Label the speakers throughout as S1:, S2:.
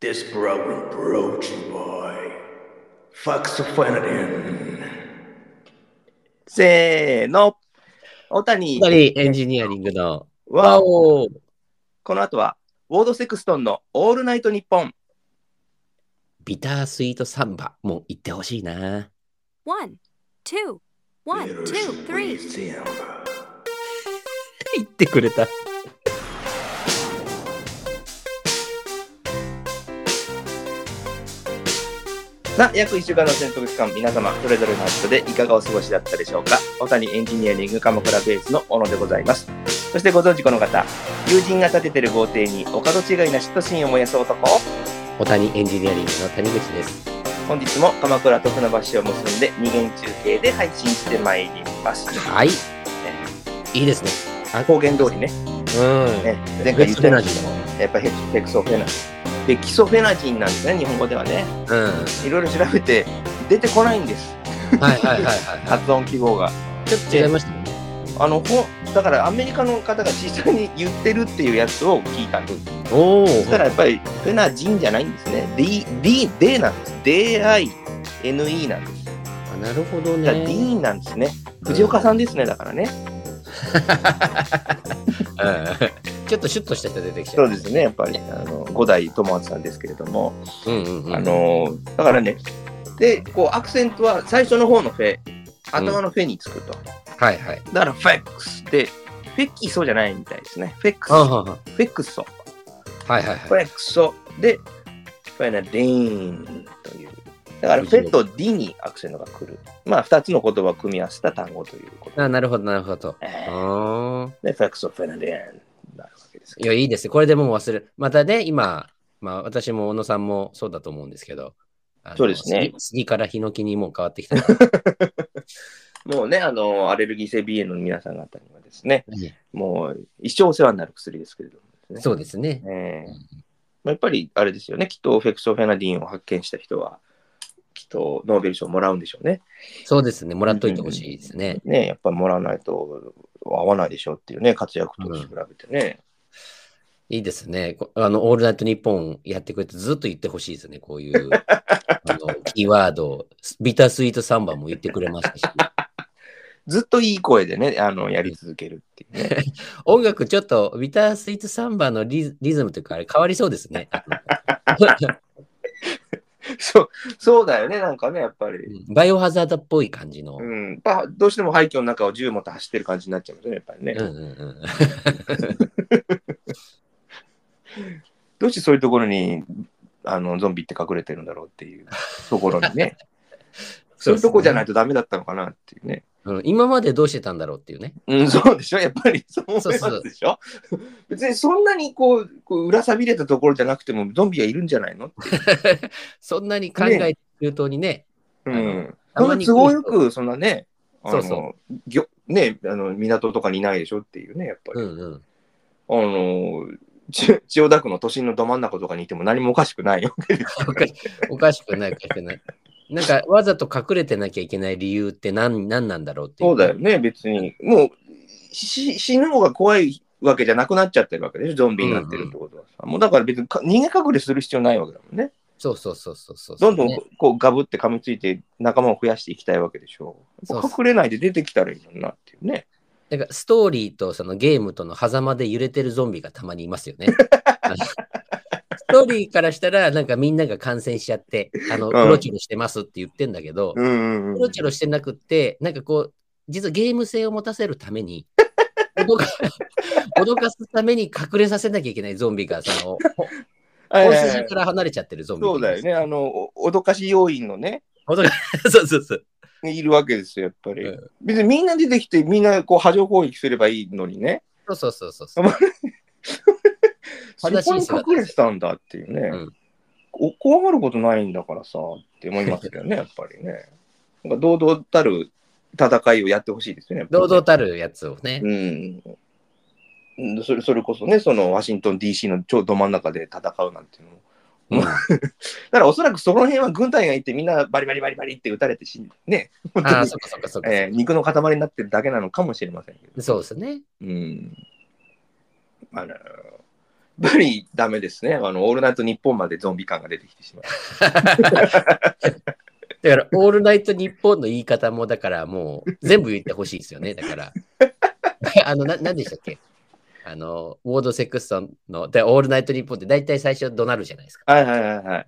S1: This program brought to you by Fox Fanadan.
S2: せーの。大谷
S3: やっぱりエンジニアリングの。
S2: は、
S3: お
S2: この後は、ウォード・セクストンのオールナイトニッポン。
S3: ビタースイートサンバもう行ってほしいな。
S4: One, two, one, two, three.
S1: December.
S3: 行ってくれた。
S2: さあ、約1週間の選択期間、皆様、それぞれの人でいかがお過ごしだったでしょうか。小谷エンジニアリングカモフラベースの小野でございます。そしてご存知この方、友人が立ててる豪邸に、お門違いな嫉妬心を燃やす男。
S3: 小谷エンジニアリングの谷口です。
S2: 本日も鎌倉と船橋を結んで、二元中継で配信してまいります。
S3: はい。いいですね。
S2: 方言通りね、
S3: うん。
S2: ね前回言ったように
S3: ベストフェナ
S2: やっぱヘヘクソフェナジン。で、キソフェナジンなんですね、日本語ではね。
S3: う
S2: いろいろ調べて出てこないんです
S3: ん。はいはいはいは
S2: 発音記号が
S3: い。ちょっ と違いましたもんね。
S2: あのほんだからアメリカの方が実際に言ってるっていうやつを聞いたんです
S3: おお。
S2: そしたらやっぱりフェナジンじゃないんですね D D D なんです DINE なんです
S3: あなるほど
S2: だから
S3: ね。
S2: ディーンなんですね藤岡さんですねだからね
S3: うんちょっとシュッとした人出てきちゃ
S2: そう
S3: う。
S2: ですねやっぱりあの五代友厚さんですけれども
S3: うんうんうん。
S2: あのだからねでこうアクセントは最初の方のフェ頭のフェにつくと
S3: はいはい。
S2: だからフェックスでフェッキーそうじゃないみたいですねフェックス
S3: あはは
S2: フェクソ、
S3: はいはい
S2: フ
S3: はい。
S2: ェクソで、フェナディーンという。だから、フェとディにアクセントが来る。まあ、2つの言葉を組み合わせた単語ということ
S3: あなるほどなるほど。
S2: えー
S3: ああ。
S2: で、フェクソ、フェナディーンになるわけです
S3: い
S2: けど。
S3: や、いいですね。これでもう忘れる。またね、今、まあ、私も小野さんもそうだと思うんですけど、あの
S2: そうですね
S3: 杉杉からヒノキにもう変わってきた。
S2: もうね、あの、アレルギー性鼻炎の皆さん方にはですね、 もう一生お世話になる薬ですけれどもですね。
S3: そうですね。
S2: ええまあやっぱり、あれですよね、きっとフェクソ、フェナディーンを発見した人は、きっとノーベル賞もらうんでしょうね。
S3: そうですね。もらっといてほしいですね。
S2: ね、やっぱりもらわないと合わないでしょうっていうね、活躍と比べてね。
S3: いいですね。こあの、オールナイトニッポンやってくれてずっと言ってほしいですね。こ ういう、あの、キーワード、ビタースイートサンバも言ってくれましたし。
S2: ずっといい声でね、あの、やり続けるっていうね。
S3: 音楽ちょっと、ビタースイートサンバのリリズムというか、あれ変わりそうです ね。
S2: そう、そうだよね、なんかね、やっぱり。
S3: バイオハザードっぽい感じの。
S2: うん。まあ、どうしても廃墟の中を銃持って走ってる感じになっちゃうよね、やっぱりね。
S3: うんうんうん。
S2: どうしてそういうところに、あの、ゾンビって隠れてるんだろうって いうところにね。そういうとこじゃないとダメだったのかなっていうね。
S3: うん今までどうしてたんだろうっていうね。
S2: うん、そうでしょやっぱりそう思い
S3: そうそう
S2: ますでしょ別にそんなにこう、こう裏さびれたところじゃなくても、ゾンビはいるんじゃないの
S3: そんなに考えて中東にね、
S2: うん。
S3: あの
S2: そんな都合よく、そんなね、あの
S3: そうそ
S2: ぎょね、あの港とかにいないでしょっていうね、やっぱり。
S3: うんうん。
S2: あのち 千代田区の都心のど真ん中とかにいても何もおかしくないよ。
S3: おかしおかしくない、おかしくない。なんかわざと隠れてなきゃいけない理由って何何なんだろうっていう。
S2: そうだよね、別に。もうし死ぬ方が怖いわけじゃなくなっちゃってるわけでしょ、ゾンビになってるってことはさ。もうだから別にか逃げ隠れする必要ないわけだもんね。
S3: そうそうそうそうそう。
S2: どんどん
S3: ね
S2: こうガブって噛みついて仲間を増やしていきたいわけでしょ。
S3: そうそう
S2: 隠れないで出てきたらいいのになっていうね。
S3: なんかストーリーとそのゲームとの狭間で揺れてるゾンビがたまにいますよ ね。あのストーリーからしたら、なんかみんなが感染しちゃって、あの、
S2: う
S3: うんろちょろしてますって言ってんだけど、
S2: うんうん
S3: う
S2: う
S3: ろ
S2: ん。
S3: ちょろしてなくって、なんかこう、実はゲーム性を持たせるた めに、脅か脅かすために隠れさせなきゃいけないゾンビ が、そ
S2: はい
S3: の、本
S2: はいは
S3: 筋
S2: い
S3: から離れちゃってるゾンビ。
S2: そうだよ。ね、あの、お脅かし要員のね、
S3: 脅かそうそうそう。
S2: いるわけですよ、やっぱり。
S3: うん
S2: 別にみんな出てきて、みんなこう波状攻撃すればいいのにね、
S3: そうそうそうそ
S2: あ
S3: うそう。
S2: そこに隠れてたんだっていうね、
S3: うん
S2: お怖がることないんだからさって思いますけど ね、やっぱりね。なんか堂々たる戦いをやってほしいですよね、やっぱり
S3: 堂々たるやつをね。
S2: ねうんうん。それそれこそね、そのワシントン DC のちょうど真ん中で戦うなんていうのも。うん
S3: うん
S2: だからおそらくその辺は軍隊がいてみんなバリバリバリバリって撃たれて死んね、本当
S3: ああ、
S2: に
S3: そっかそっかそっか。
S2: えー肉の塊になってるだけなのかもしれませんけど。
S3: そうですね。
S2: うん。あの、ぱりダメですね。あの、オールナイト日本までゾンビ感が出てきてしまう。
S3: だから、オールナイト日本の言い方も、だからもう、全部言ってほしいです よね。だから、 あの、な、なんでしたっけあの、ウォード・セクストンの、でオールナイト日本って大体最初怒鳴るじゃないですか。
S2: はいはいはいはい。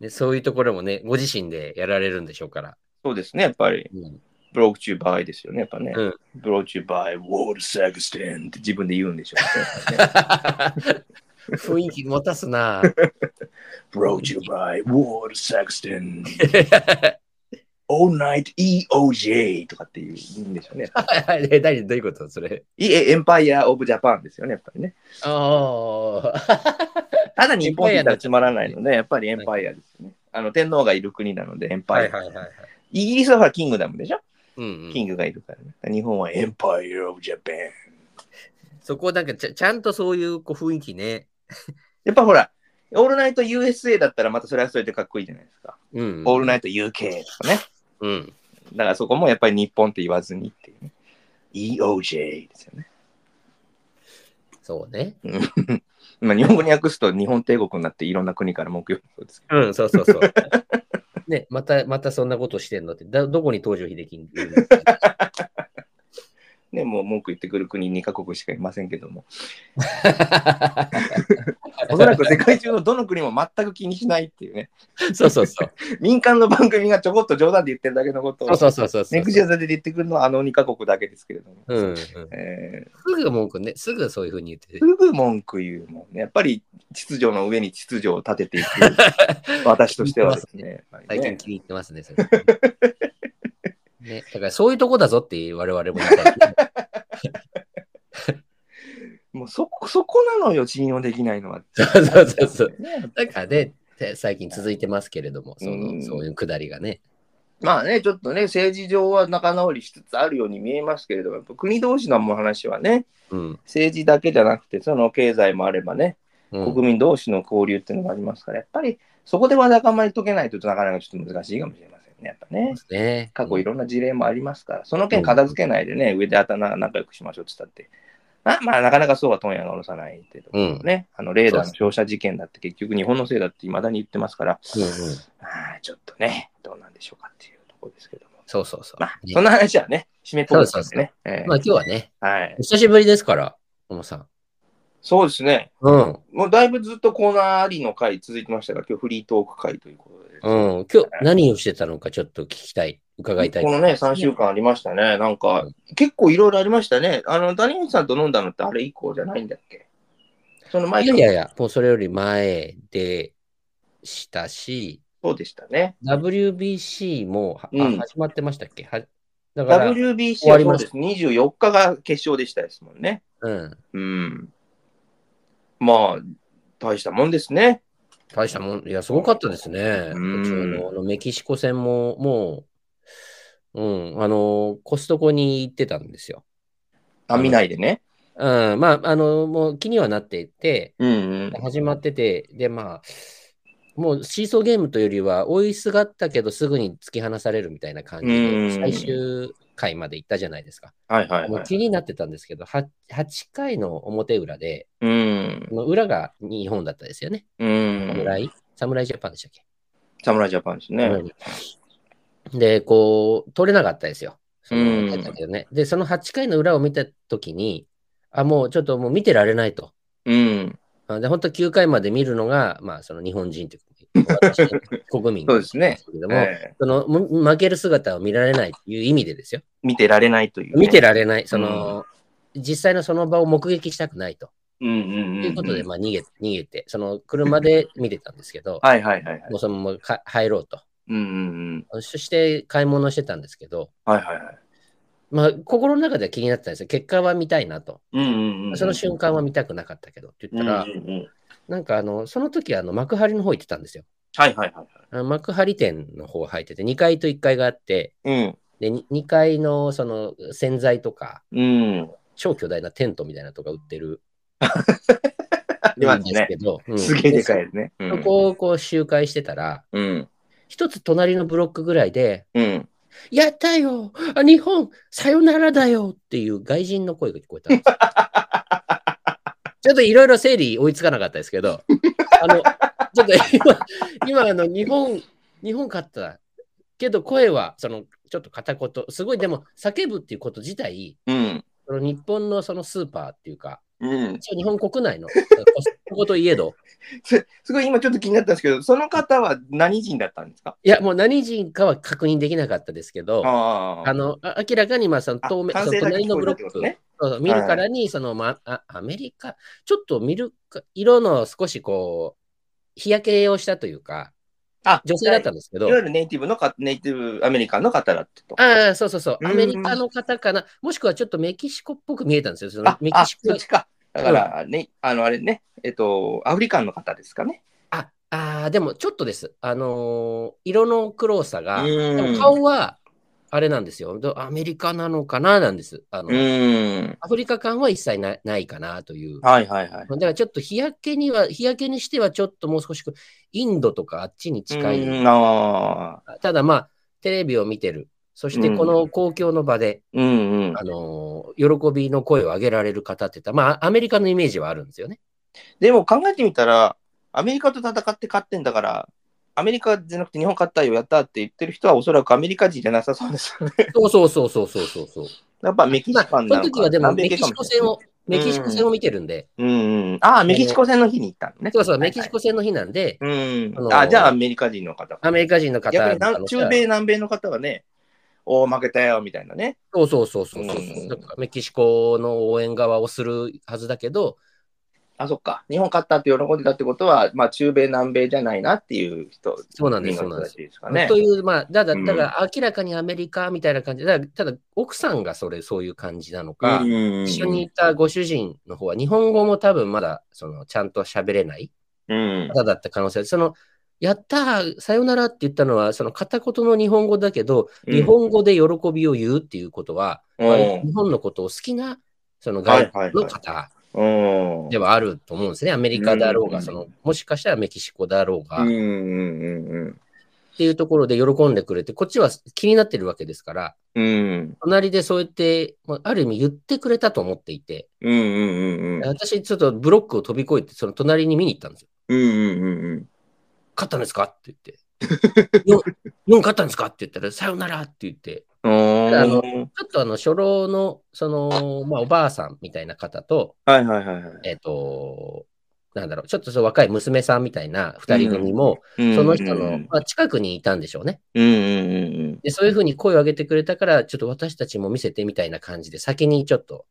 S3: でそういうところもね、ご自身でやられるんでしょうから。
S2: そうですね、やっぱり。
S3: うん
S2: ブロークチューバイですよね、やっぱね。
S3: うん
S2: ブロークチューバイ、ウォール・サグステンって自分で言うんでしょうね。
S3: 雰囲気持たす な
S1: Brought to you by Ward Sexton. All Night E EOJ.
S2: とかっていう言うんでしょうね。
S3: え、何どういうことそれ。
S2: いえ、エンパイア・オブ・ジャパンですよね、やっぱりね。
S3: ああ。
S2: ただ日本人たらつまらないので、やっぱりエンパイアですよね。あの、天皇がいる国なので、エンパイア。
S3: はいはいはい。
S2: イギリスはほらキングダムでしょ、
S3: うんう
S2: キ
S3: ん、
S2: ングがいるからね。日本はエン
S1: Empire of Japan.
S3: そこなんかちゃちゃんとそういうこう雰囲気ね。
S2: やっぱほら、オールナイト USA だったらまたそれはそれでかっこいいじゃないですか。
S3: うんうん、
S2: オールナイト UK とかね。
S3: うん。
S2: だからそこもやっぱり日本って言わずにっていうね。EOJ
S1: E
S2: ですよね。
S3: そうね。
S2: まあ日本語に訳すと日本帝国になっていろんな国から文句言うそうですけ
S3: うん、そうそう そう。ね、また、またそんなことしてんのって、だどこに東條英機にいるの
S2: ど。ね、もう文句言ってくる国2カ国しかいませんけど も。おそらく世界中のどの国も全く気にしないっていうね。
S3: そうそうそう。
S2: 民間の番組がちょこっと冗談で言ってるだけのこと
S3: そう
S2: を。
S3: そうそうそう そう。
S2: ネクジャズで言ってくるのはあの2カ国だけですけれども。
S3: うんうん、す
S2: えー
S3: ぐ文句ね、すぐそういうふうに言って
S2: すぐ文句言うもんね。やっぱり秩序の上に秩序を立ててい く私としてはですね。
S3: 最近
S2: ね
S3: 気に入ってますね、それ ね、だからそういうとこだぞって我々も言いたい。
S2: もうそこそこなのよ、信用できないのは。
S3: そうそうそうそう。
S2: ね
S3: なんかね、て最近続いてますけれども、そ
S2: うん
S3: のそういうくだりがね。
S2: まあね、ちょっとね、政治上は仲直りしつつあるように見えますけれども、やっぱ国同士のもう話はね、
S3: うん。
S2: 政治だけじゃなくて、その経済もあればね、
S3: うん
S2: 国民同士の交流っていうのがありますから、やっぱりそこでわだかまり解けないとなかなかちょっと難しいかもしれませんね、やっぱね。
S3: ね。
S2: 過去いろんな事例もありますから、その件片付けないでね、上で頭仲良くしましょうって言ったって、あまあ、なかなかそうは問屋が下ろさないっていうところね、あのレーダーの照射事件だって結局日本のせいだって未だに言ってますから、
S3: うんう
S2: あ
S3: ん
S2: ーちょっとね、どうなんでしょうかっていうところですけども。
S3: そうそうそう。
S2: まあ、
S3: ね
S2: そんな話はね、締めっぽくしたんでね。ええ
S3: まあ今日はね、
S2: はい
S3: お。久しぶりですから、小野さん。
S2: そうですね。
S3: うん。
S2: もうだいぶずっとコーナーありの回続いてましたが、今日フリートーク回ということで。
S3: うん。今日何をしてたのかちょっと聞きたい、伺いたい。
S2: このね、3週間ありましたね。なんか、結構いろいろありましたね。あの、谷口さんと飲んだのってあれ以降じゃないんだっけその前
S3: い
S2: か
S3: や
S2: ら
S3: いやいや、もうそれより前でしたし、
S2: そうでしたね。
S3: WBC もは、あ
S2: うん
S3: 始まってましたっけはだから、
S2: WBC
S3: 終
S2: は
S3: わり
S2: そう
S3: ま
S2: で
S3: し
S2: す。24日が決勝でしたですもんね。
S3: うん。
S2: うん。まあ、大したもんですね。
S3: 大したもん、いや、すごかったですね。
S2: うん
S3: 途中のあのメキシコ戦も、もう、うん、あの、コストコに行ってたんですよ。
S2: あ、見ないでね。
S3: うん、まあ、あの、もう気にはなっていて、
S2: うんうん。
S3: 始まってて、で、まあ、もうシーソーゲームというよりは、追いすがったけど、すぐに突き放されるみたいな感じ
S2: うん
S3: で、最終回まで行ったじゃないですか。
S2: はいはい
S3: も
S2: は
S3: う
S2: い。
S3: 気になってたんですけど、は 8, 回の表裏で、
S2: うん。
S3: この裏が日本だったですよね。
S2: うん。
S3: 侍、侍ジャパンでしたっけ、
S2: 侍ジャパンですね。
S3: うんで、こう、取れなかったですよ。その
S2: うん
S3: だけどね、で、その8回の裏を見たときに、あ、もうちょっともう見てられないと。
S2: うん。
S3: あで、本当9回まで見るのが、まあ、その日本人というか、私 国民
S2: そうですね
S3: けども、
S2: ええ
S3: そのむ負ける姿を見られないという意味でですよ。
S2: 見てられないというね。
S3: 見てられない、その、実際のその場を目撃したくないと。
S2: うんうんうん。
S3: ということで、まあ、逃げ、逃げて、その、車で見てたんですけど、
S2: はいはいはいはい。
S3: もうそのままか入ろうと。
S2: うんうんうん。
S3: そして、買い物してたんですけど、
S2: はいはいはい。
S3: まあ、心の中では気になってたんですよ。結果は見たいなと。
S2: うんうんうん。
S3: その瞬間は見たくなかったけどって言
S2: う
S3: っ
S2: ん
S3: たら、
S2: うんうん
S3: なんかあの、その時あの幕張の方行ってたんですよ。
S2: はいはいはい。
S3: あの幕張店の方入ってて、2階と1階があって、
S2: うん。
S3: で 2, 階のその洗剤とか、
S2: うん。
S3: 超巨大なテントみたいなとか売って る
S2: あります
S3: です
S2: ね。
S3: けど、うん
S2: すげえでかい。ですね。う
S3: で
S2: ん
S3: そこをこう周回してたら、
S2: うん。
S3: 一つ隣のブロックぐらいで、
S2: うん。
S3: やったよあ日本さよならだよっていう外人の声が聞こえたんですよちょっといろいろ整理追いつかなかったですけど、あの、ちょっと今、今あの、日本、日本勝った。けど声は、その、ちょっと片言。すごい、でも、叫ぶっていうこと自体、
S2: うん。
S3: その日本のそのスーパーっていうか、
S2: うん。
S3: 一応日本国内の、コストコといえど、
S2: すすごい今ちょっと気になったんですけど、その方は何人だったんですか
S3: いや、もう何人かは確認できなかったですけど、
S2: ああ
S3: あの、あ明らかに、まあ、その、
S2: あ
S3: 透明、
S2: 完
S3: その
S2: 成だけ
S3: 隣のブロッ
S2: 聞こえるってこ
S3: ク、
S2: とね
S3: そうそう見るからに、その、まあ、あアメリカ、ちょっと見るか、色の少しこう、日焼けをしたというか、
S2: あ
S3: 女性だったんですけど
S2: いわ、ゆるネイティブのか、ネイティブアメリカンの方だってと。
S3: ああ、そうそうそうう、
S2: ん
S3: アメリカの方かな、もしくはちょっとメキシコっぽく見えたんですよ、その
S2: あ、
S3: メ
S2: あ
S3: キシ
S2: そ
S3: コ
S2: っ。ちか。だから、ね、あの、あれね、えっと、アフリカンの方ですかね。
S3: あ、あーでもちょっとです。あのー色の黒さが、で
S2: う
S3: も
S2: ん。
S3: 顔は、あれなんですよ、どアメリカなのかななんです。あの、
S2: うん。
S3: アフリカ感は一切なないかなという。
S2: はいはいはい。
S3: だからちょっと日焼けには、日焼けにしてはちょっともう少しく、インドとかあっちに近い。
S2: うん、ああ。
S3: ただまあ、テレビを見てる。そして
S2: うん
S3: この公共の場で、
S2: うんうん。
S3: あのー喜びの声を上げられる方って言ったら、まあ、アメリカのイメージはあるんですよね。
S2: でも考えてみたら、アメリカと戦って勝ってんだから、アメリカじゃなくて日本勝ったよ、やったって言ってる人はおそらくアメリカ人じゃなさそうですよね。
S3: そうそうそうそうそうそうそう。
S2: やっぱメキシ
S3: まあ、
S2: カ
S3: そ
S2: ンな
S3: の
S2: の
S3: 時
S2: か
S3: はでもメ
S2: 南米
S3: キ
S2: 系か
S3: シコ戦を、
S2: れな
S3: メ
S2: い
S3: キシコ戦を見てるんで、
S2: しれないうんうん。ああ、メキシコ戦の日に行ったのね。
S3: そうそう、メキシコ戦の日なんで、
S2: うん
S3: あ。の
S2: あ、じゃあアメリカ人の方。
S3: アメリカ人の方
S2: 逆に
S3: あ
S2: 南
S3: の
S2: 中米、南米の方はね、おお、負けたよ、みたいなね。
S3: そうそうそうそうそう、
S2: うん
S3: だからメキシコの応援側をするはずだけど、
S2: あ、そっか。日本勝ったって喜んでたってことは、まあ、中米、南米じゃないなっていう人。
S3: そうなんです
S2: 国の人たちですかね。
S3: という、まあ、だだ
S2: うん
S3: だから明らかにアメリカみたいな感じで、だただ奥さんがそれ、そういう感じなのか、
S2: うん
S3: 一緒に
S4: Mm.
S3: いたご主人の方は、日本語も多分まだそのちゃんと喋れない
S2: うん。
S3: 方だった可能性そのやったーさよならって言ったのは、その片言の日本語だけど、
S2: うん
S3: 日本語で喜びを言うっていうことは、
S2: うん
S3: まあ日本のことを好きな、その外
S2: はいはい
S3: 国
S2: は
S3: の
S2: い
S3: 方
S2: うん。
S3: ではあると思うんですね。アメリカだろう
S2: う
S3: が、
S2: ん
S3: その、もしかしたらメキシコだろうが、
S2: うん
S3: っ
S2: うんうん
S3: ていうところで喜んでくれて、こっちは気になってるわけですから、
S2: うん。うん。
S3: 隣でそうやって、まあある意味言ってくれたと思っていて、
S2: うんうんうんうん。
S3: 私ちょっとブロックを飛び越えて、その隣に見に行ったんですよ。
S2: うんうんうんうん。
S3: 勝ったんですかって言 って。日本日本勝ったんですかって言ったら、さよならって言って、
S2: うーん
S3: あのちょっとあの初老の、その、まあ、おばあさんみたいな方と、
S2: はいはいはいはい。
S3: えっ、と、なんだろう、ちょっとそう若い娘さんみたいな2人組も、その人の、
S2: うん
S3: まあ、近くにいたんでしょうね。
S2: うんうんうん。
S3: で、そういうふうに声を上げてくれたから、ちょっと私たちも見せてみたいな感じで、先にちょっと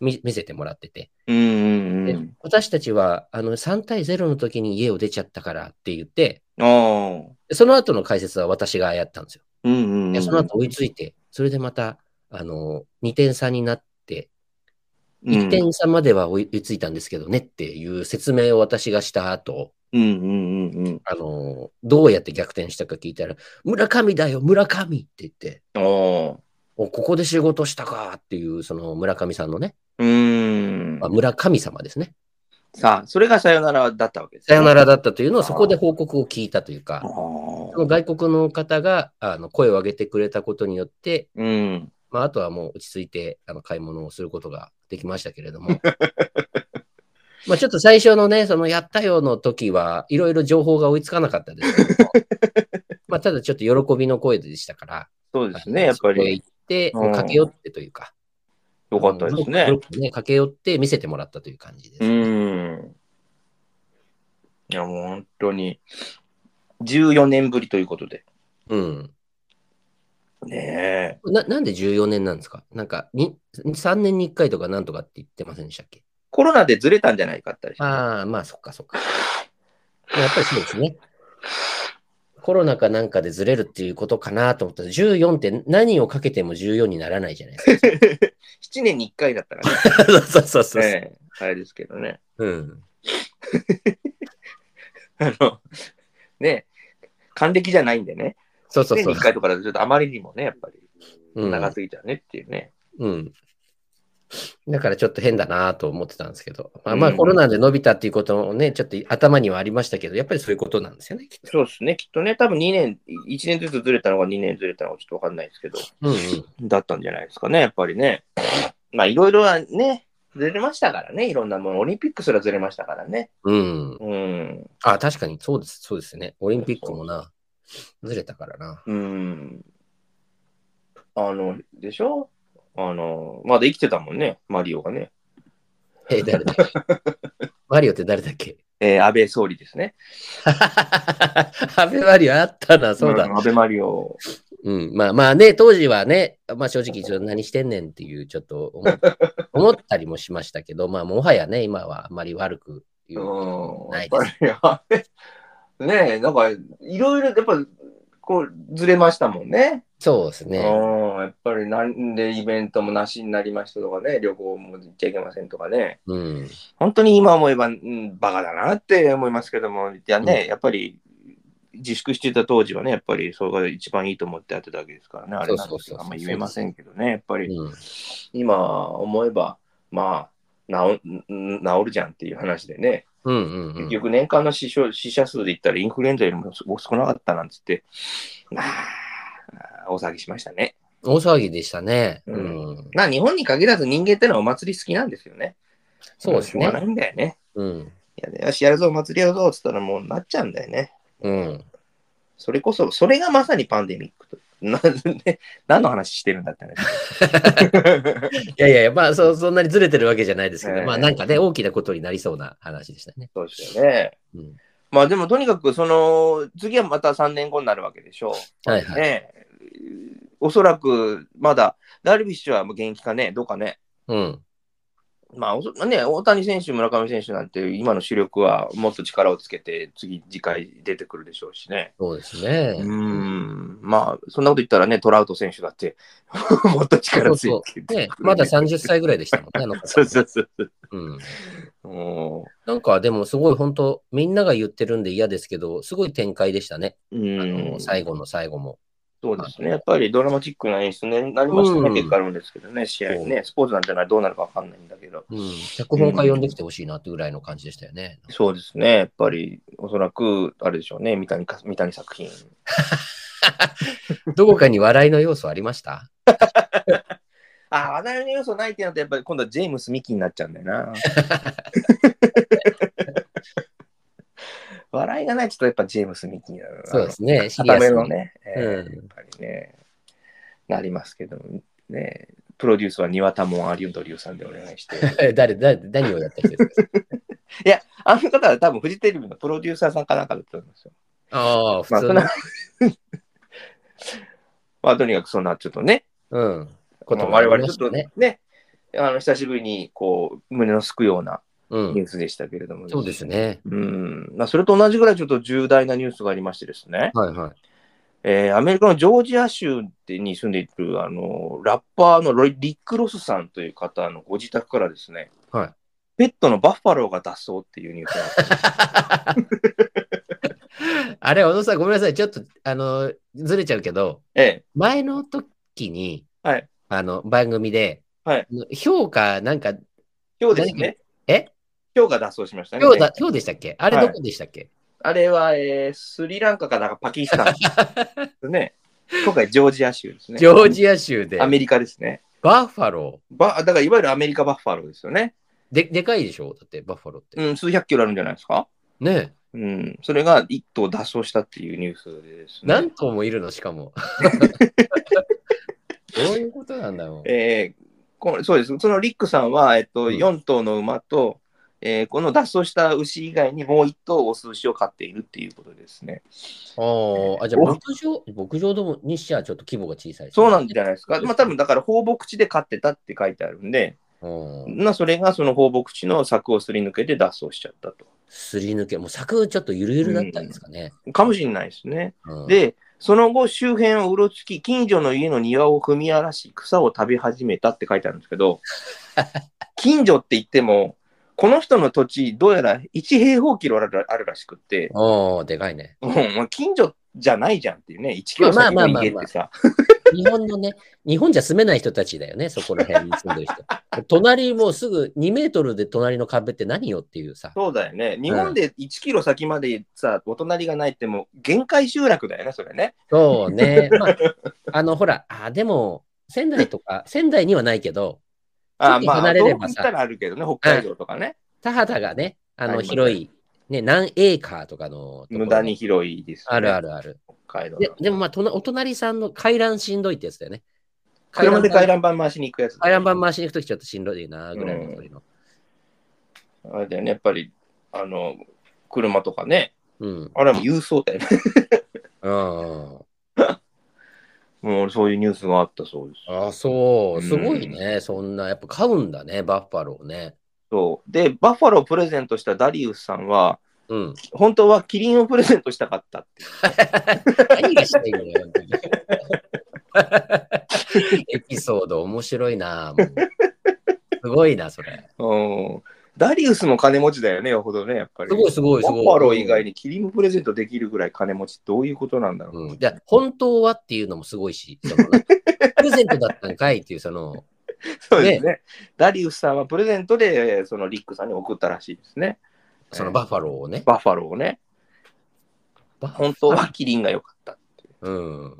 S3: 見見せてもらってて、
S2: うんうんう
S3: で
S2: ん。
S3: 私たちはあの3対0の時に家を出ちゃったからって言って、
S2: あー
S3: でその後の解説は私がやったんですよ。
S2: うんうんうん。
S3: でその後追いついて、それでまた、あの、2点差になって、
S2: うん
S3: 1点差までは追いついたんですけどねっていう説明を私がした後、
S2: うんうんうんうん。
S3: あの、どうやって逆転したか聞いたら、村上だよ、村上って言って、
S2: あー
S3: おここで仕事したかっていう、その村上さんのね、
S2: うーん
S3: まあ、。村神様ですね。
S2: さあ、それがさよならだったわけです
S3: さ
S2: ね。
S3: よならだったというのをそこで報告を聞いたという
S2: あ
S3: か、
S1: Oh,
S3: そ
S2: ー。
S3: の外国の方があの声を上げてくれたことによって、
S2: うん。
S3: まあ、あとはもう落ち着いてあの買い物をすることができましたけれども。まあちょっと最初のね、そのやったよの時はいろいろ情報が追いつかなかったですけどもまあただちょっと喜びの声でしたから、
S2: そうですね、やっぱ
S3: そこへ
S2: り。
S3: 行って、
S2: うん
S3: もう駆け寄ってというか。
S2: よかったです
S3: あの
S2: ね
S3: よ。く駆け寄って見せてもらったという感じです。
S2: うん。いや、もう本当に、14年ぶりということで。
S3: うん。
S2: ねえ。
S3: ななんで14年なんですかなんかに3年に1回とかなんとかって言ってませんでしたっけ
S2: コロナでずれたんじゃないかってあれして。
S3: ああ、まあそっかそっか。まあやっぱりそうですね。コロナかなんかでずれるっていうことかなと思ったら、14って何をかけても14にならないじゃないです
S2: 7年に1回だったらね。
S3: か。そうそう そうそう
S2: ええあれですけどね。
S3: うん。
S2: あの、ねえ還暦じゃないんでね。
S3: そうそう
S2: 1年
S3: そう
S2: に1。回とかだとちょっとあまりにもね、やっぱり
S3: うん
S2: 長すぎちゃうねっていうね。
S3: うん。だからちょっと変だなと思ってたんですけど、まあ、まあ
S2: うん
S3: コロナで伸びたっていうこともね、ちょっと頭にはありましたけど、やっぱりそういうことなんですよね、きっと。
S2: そうですね。きっとね、多分2年、1年ずつずれたのか2年ずれたのかちょっとわかんないですけど、
S3: うんうん、
S2: だったんじゃないですかね、やっぱりね。まあ、いろいろはね、ずれましたからね、いろんなもの。オリンピックすらずれましたからね。
S3: うん。
S2: うん。
S3: あ、確かにそうです。そうですね。オリンピックもな、ずれたからな。
S2: うん。あの、でしょあの、まだ生きてたもんね、マリオがね。
S3: え、誰だっけマリオって誰だっけ
S2: えー安倍総理ですね。
S3: ハベマリオあったな、そうだ
S2: ん。安倍マリオ。
S3: うん。まあまあね、当時はね、まあ正直、ちょっと何してんねんっていう、ちょっと 思っ思ったりもしましたけど、まあもはやね、今はあまり悪く言うこと
S2: うん。
S3: な
S2: やっ
S3: いです。
S2: ぱり、 あれねえ、なんか、いろいろ、やっぱ、こう、ずれましたもんね。
S3: そうですね。
S2: うん。やっぱり、なんでイベントもなしになりましたとかね、旅行も行っちゃいけませんとかね。
S3: うん。
S2: 本当に今思えば、うん、バカだなって思いますけども、いやね、やっぱり自粛してた当時はね、やっぱりそれが一番いいと思ってやってたわけですからね、あれなん
S3: そう
S2: で
S3: そうそうそう
S2: あんま言えませんけどね、やっぱり
S3: うん、
S2: 今思えば、まあ、治ん治るじゃんっていう話でね、
S3: うんうんう
S2: 結
S3: ん。
S2: 局年間の死傷死者数で言ったらインフルエンザよりも少少なかったなんつって、あー大騒ぎしましたね。
S3: 大騒ぎでしたね。
S2: う
S3: うん。
S2: まあ日本に限らず人間ってのはお祭り好きなんですよね。
S3: そうです
S2: しょうがな
S3: ね。
S2: いんだよね。
S3: うん。
S2: いやよし、やるぞ、お祭りやるぞっつったらもうなっちゃうんだよね。
S3: うん。
S2: それこそ、それがまさにパンデミックと。 なんで、何の話してるんだ って話。
S3: いやいやいや、まあそ、そんなにずれてるわけじゃないですけど、
S2: ええ
S3: まあなんかね、大きなことになりそうな話でしたね。
S2: そうですよね。
S3: うん。
S2: まあでも、とにかく、その、次はまた3年後になるわけでしょ。
S3: はいうはい。
S2: ねえおそらく、まだ、ダルビッシュはもう元気かね、どうかね。
S3: うん。
S2: まあおそ、ね、大谷選手、村上選手なんて、今の主力はもっと力をつけて、次、次回出てくるでしょうしね。
S3: そうですね。
S2: うーんまあ、そんなこと言ったらね、トラウト選手だって、 もっと力ついてくる
S3: ね、まだ30歳ぐらいでしたもんね、 あの方
S2: そうそうそうそう。
S3: うん。
S2: も
S3: なんかでもすごい本当、みんなが言ってるんで嫌ですけど、すごい展開でしたね。
S2: うう
S3: あ
S2: ー
S3: の
S2: ん、
S3: 最後の最後も。
S2: そうですね。やっぱりドラマチックな演出になりましたね、
S3: うん
S2: 結果論ですけどね、試合ね。スポーツなんてのはどうなるかわかんないんだけど。
S3: うん。脚本家呼んできてほしいなってぐらいの感じでしたよね。
S2: そうですね。やっぱり、おそらく、あれでしょうね、三谷か三谷作品。
S3: どこかに笑いの要素ありました
S2: ああ、話題の要素ないってなると、やっぱり今度はジェームス・ミキになっちゃうんだよな。 笑いがないちょっとやっぱジェームス・ミキになるな。
S3: そうですね、シリ
S2: 固
S3: ア
S2: め
S3: ス
S2: の
S3: に。
S2: ね、えー
S3: うん
S2: やっぱりね、なりますけどもね、プロデュースは庭田もんアリュンドリュウさんでお願いして。
S3: 誰、誰、何をやった人ですか
S2: いや、あの方は多分フジテレビのプロデューサーさんかなんかだと思いますよ。
S3: あ あ、
S2: ま
S3: 普
S2: あ、
S3: 通
S2: そん
S3: の
S2: な。 まあ、とにかくそんなちょっとね、
S3: うん。
S2: こ
S3: ことと
S2: も我
S3: もあ
S2: 々
S3: りま
S2: ちょ
S3: し
S2: ったと
S3: ね
S2: ね、あの久しぶりにこう胸のすくような
S3: う
S2: ニュ
S3: ん。
S2: ースでしたけれども、
S3: そうです。ね。
S2: うんまあ、それと同じぐらいちょっと重大なニュースがありましてですね、
S3: はいはい。
S2: えーアメリカのジョージア州に住んでいるあのラッパーのロイリック・ロスさんという方のご自宅からですね、
S3: はい
S2: ペットのバッファローが脱走って いうニュースがあった
S3: あれ、小野さん、ごめんなさい。ちょっと、あの、ずれちゃうけど、
S2: ええ
S3: 前の時に、
S2: はい
S3: あの、番組で、
S2: はい
S3: 評価、なんか、
S2: 今日ですね。
S3: え
S2: 今日が脱走しましたね。
S3: 今日だ、今日でしたっけあれ
S2: はい
S3: どこでしたっけ、
S2: あれは、えースリランカかなんかパキスタンです ね。今回ジョージア州ですね。
S3: ジョージア州で、
S2: アメリカですね。
S3: バッファロ
S2: ばだからいわゆるアメリカバッファローですよね。
S3: ー。で、でかいでしょだって、バッファローって。
S2: うん、数百キロあるんじゃないですか。
S3: ねえ
S2: うん、それが一頭脱走したっていうニュースでですね。
S3: 何頭もいるの、し かも。どういうことなんだろう。
S2: えーこそうです。そのリックさんは、えっと、
S3: うん
S2: 4頭の馬と、えーこの脱走した牛以外にもう1頭オス牛を飼っているっていうことですね。
S3: ああ、あじゃあ、
S2: お
S3: 牧場、牧場どもにしちゃちょっと規模が小さい、
S2: そうなんんじゃないですか。まあ多分だから放牧地で飼ってたって書いてあるんで、
S3: うん。
S2: まあそれがその放牧地の柵をすり抜けて脱走しちゃったと。
S3: すり抜け、もう柵ちょっとゆるゆるだったんですかね。
S2: かもしれないですね。
S3: うん、
S2: で、その後周辺をうろつき、近所の家の庭を踏み荒らし、草を食べ始めたって書いてあるんですけ ど、近所って言っても、この人の土地、どうやら1平方キロあるあるらしくって、
S3: おーでかいね。
S2: もうもう近所じゃないじゃんっていうね、1キロ
S3: まあ
S2: 先
S3: まあ
S2: の
S3: まあ
S2: 家ってさ、
S3: 日本のね、日本じゃ住めない人たちだよね、そこら辺に住んでる人。隣もうすぐ2メートルで隣の壁って何よっていうさ。
S2: そうだよね、日本で1キロ先までさ、お隣がないってもう限界集落だよね、それね。
S3: そうね。まあ、あの、ほら、あ、でも、仙台とか、仙台にはないけど、
S2: あ
S3: ちょっと
S2: まあ、
S3: 離れ
S2: 遠
S3: れ
S2: く行
S3: ば
S2: っ
S3: さ
S2: たらあるけどね、北海道とかね、
S3: 田畑がね、あ
S2: あり
S3: の
S2: ますね
S3: 広い、ね、何エーカーとかのところ
S2: 無駄に広いです、ね。
S3: あるあ
S2: る。
S3: るある。
S2: 北海道
S3: で
S2: の。
S3: でもまあとな、お隣さんの回覧しんどいってやつだよね。
S2: 車で回
S3: 回覧
S2: 覧板回しに行くやつ。
S3: 回覧板回しに行くときちょっとしんどいなぐらいの距離の。
S2: あれだよね、やっぱり、あの、車とかね、
S3: うん。
S2: あれも郵送だよね。
S3: うん、
S2: もうそういうニュースがあったそうです。
S3: ああ、そう。すごいね。そんな、やっぱ買うんだね、バッファローね。
S2: そうで、バッファローをプレゼントしたダリウスさんは、
S3: うん。
S2: 本当はキリンをプレゼントしたかったっていう。
S3: 何がしたいんだよ、本当に エピソード面白いな。もうすごいな、それ。
S2: うんダリウスも金持ちだよね、よほどね、やっぱり。
S3: すごいすごいすごい
S2: バッファロー以外にキリンもプレゼントできるぐらい金持ち、どういうことなんだろう。
S3: うん、じゃあ本当はっていうのもすごいし、そのなんかプレゼントだったんかいっていう、その、
S2: そうですねダリウスさんはプレゼントで、そのリックさんに送ったらしいですね。
S3: その
S2: えー
S3: バッファローをね。
S2: バッファローをね。
S3: バッファロー
S2: 本当はキリンが良かった。
S3: うん。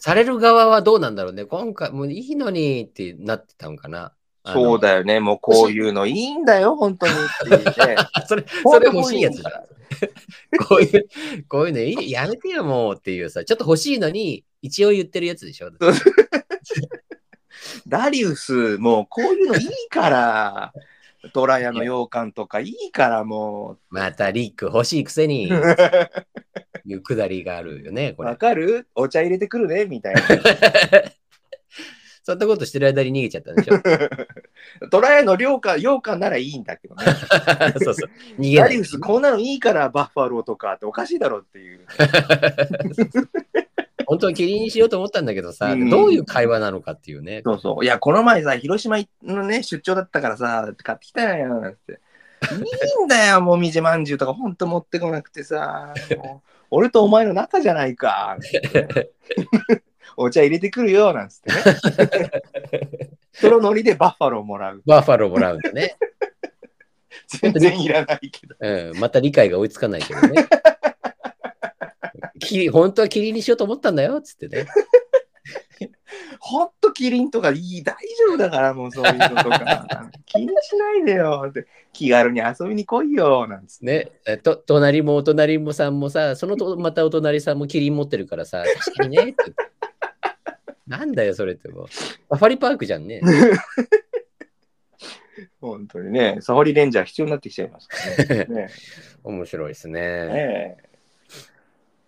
S3: される側はどうなんだろうね。今回もういいのにってなってたんかな。あの
S2: そうだよね。もうこういうのいいんだよ、本当にって いうね。
S3: あそれ、
S2: そ
S3: そ
S2: れ欲
S3: れ欲
S2: し
S3: し
S2: い
S3: い
S2: や
S3: や
S2: つ
S3: つ
S2: だ
S3: だ。こういう、 こういうのいいやめてよもうっていうさ、ちょっと欲しいのに、一応言ってるやつでしょ。
S2: ダリウス、もうこういうのいいから、ドラヤの羊羹とかいいから、も
S3: またリック欲しいくせに、いうくだりがあるよね、
S2: う、
S3: こ
S2: わ
S3: れ。
S2: かるお茶入れてくるね、みたいな。
S3: そんなことしてる間に逃げちゃったん でしょ。
S2: ドラヤの羊羹、羊羹ならいいんだけどね。
S3: そうそう。逃げ
S2: ダ
S3: な
S2: リ
S3: い
S2: ウ。ス、こんなのいいから、バッファローとかっておかしいだろっていう。
S3: 本当はキリンにしようと思ったんだけどさ、
S2: うん
S3: どういう会話なのかっていうね。
S2: そうそう。いや、この前さ、広島のね、出張だったからさ、買ってきたよ、なんつって。いいんだよ、 もみじまんじゅうとか、ほんと持ってこなくてさ。もう俺とお前の仲じゃないか。なんつってお茶入れてくるよ、なんつってね。そのノリでバッファローもらう。
S3: バッファローもらうんだね。
S2: 全然いらないけど。
S3: うん、また理解が追いつかないけど ね。キリ本当はキリンにしようと思ったんだよっつってね。
S2: ほんとキリンとかいい、大丈夫だから、もうそういうのとか。気にしないでよ。って気軽に遊びに来いよ、なんつって。
S3: ねえと隣もお隣もさんもさ、そ のとまたお隣さんもキリン持ってるからさ、確かにねって。なんだよ、それってもう。サファリパークじゃんね。
S2: 本当にね、サファリレンジャー必要になってきちゃいますからね。ね
S3: 面白いですね。
S2: ねえ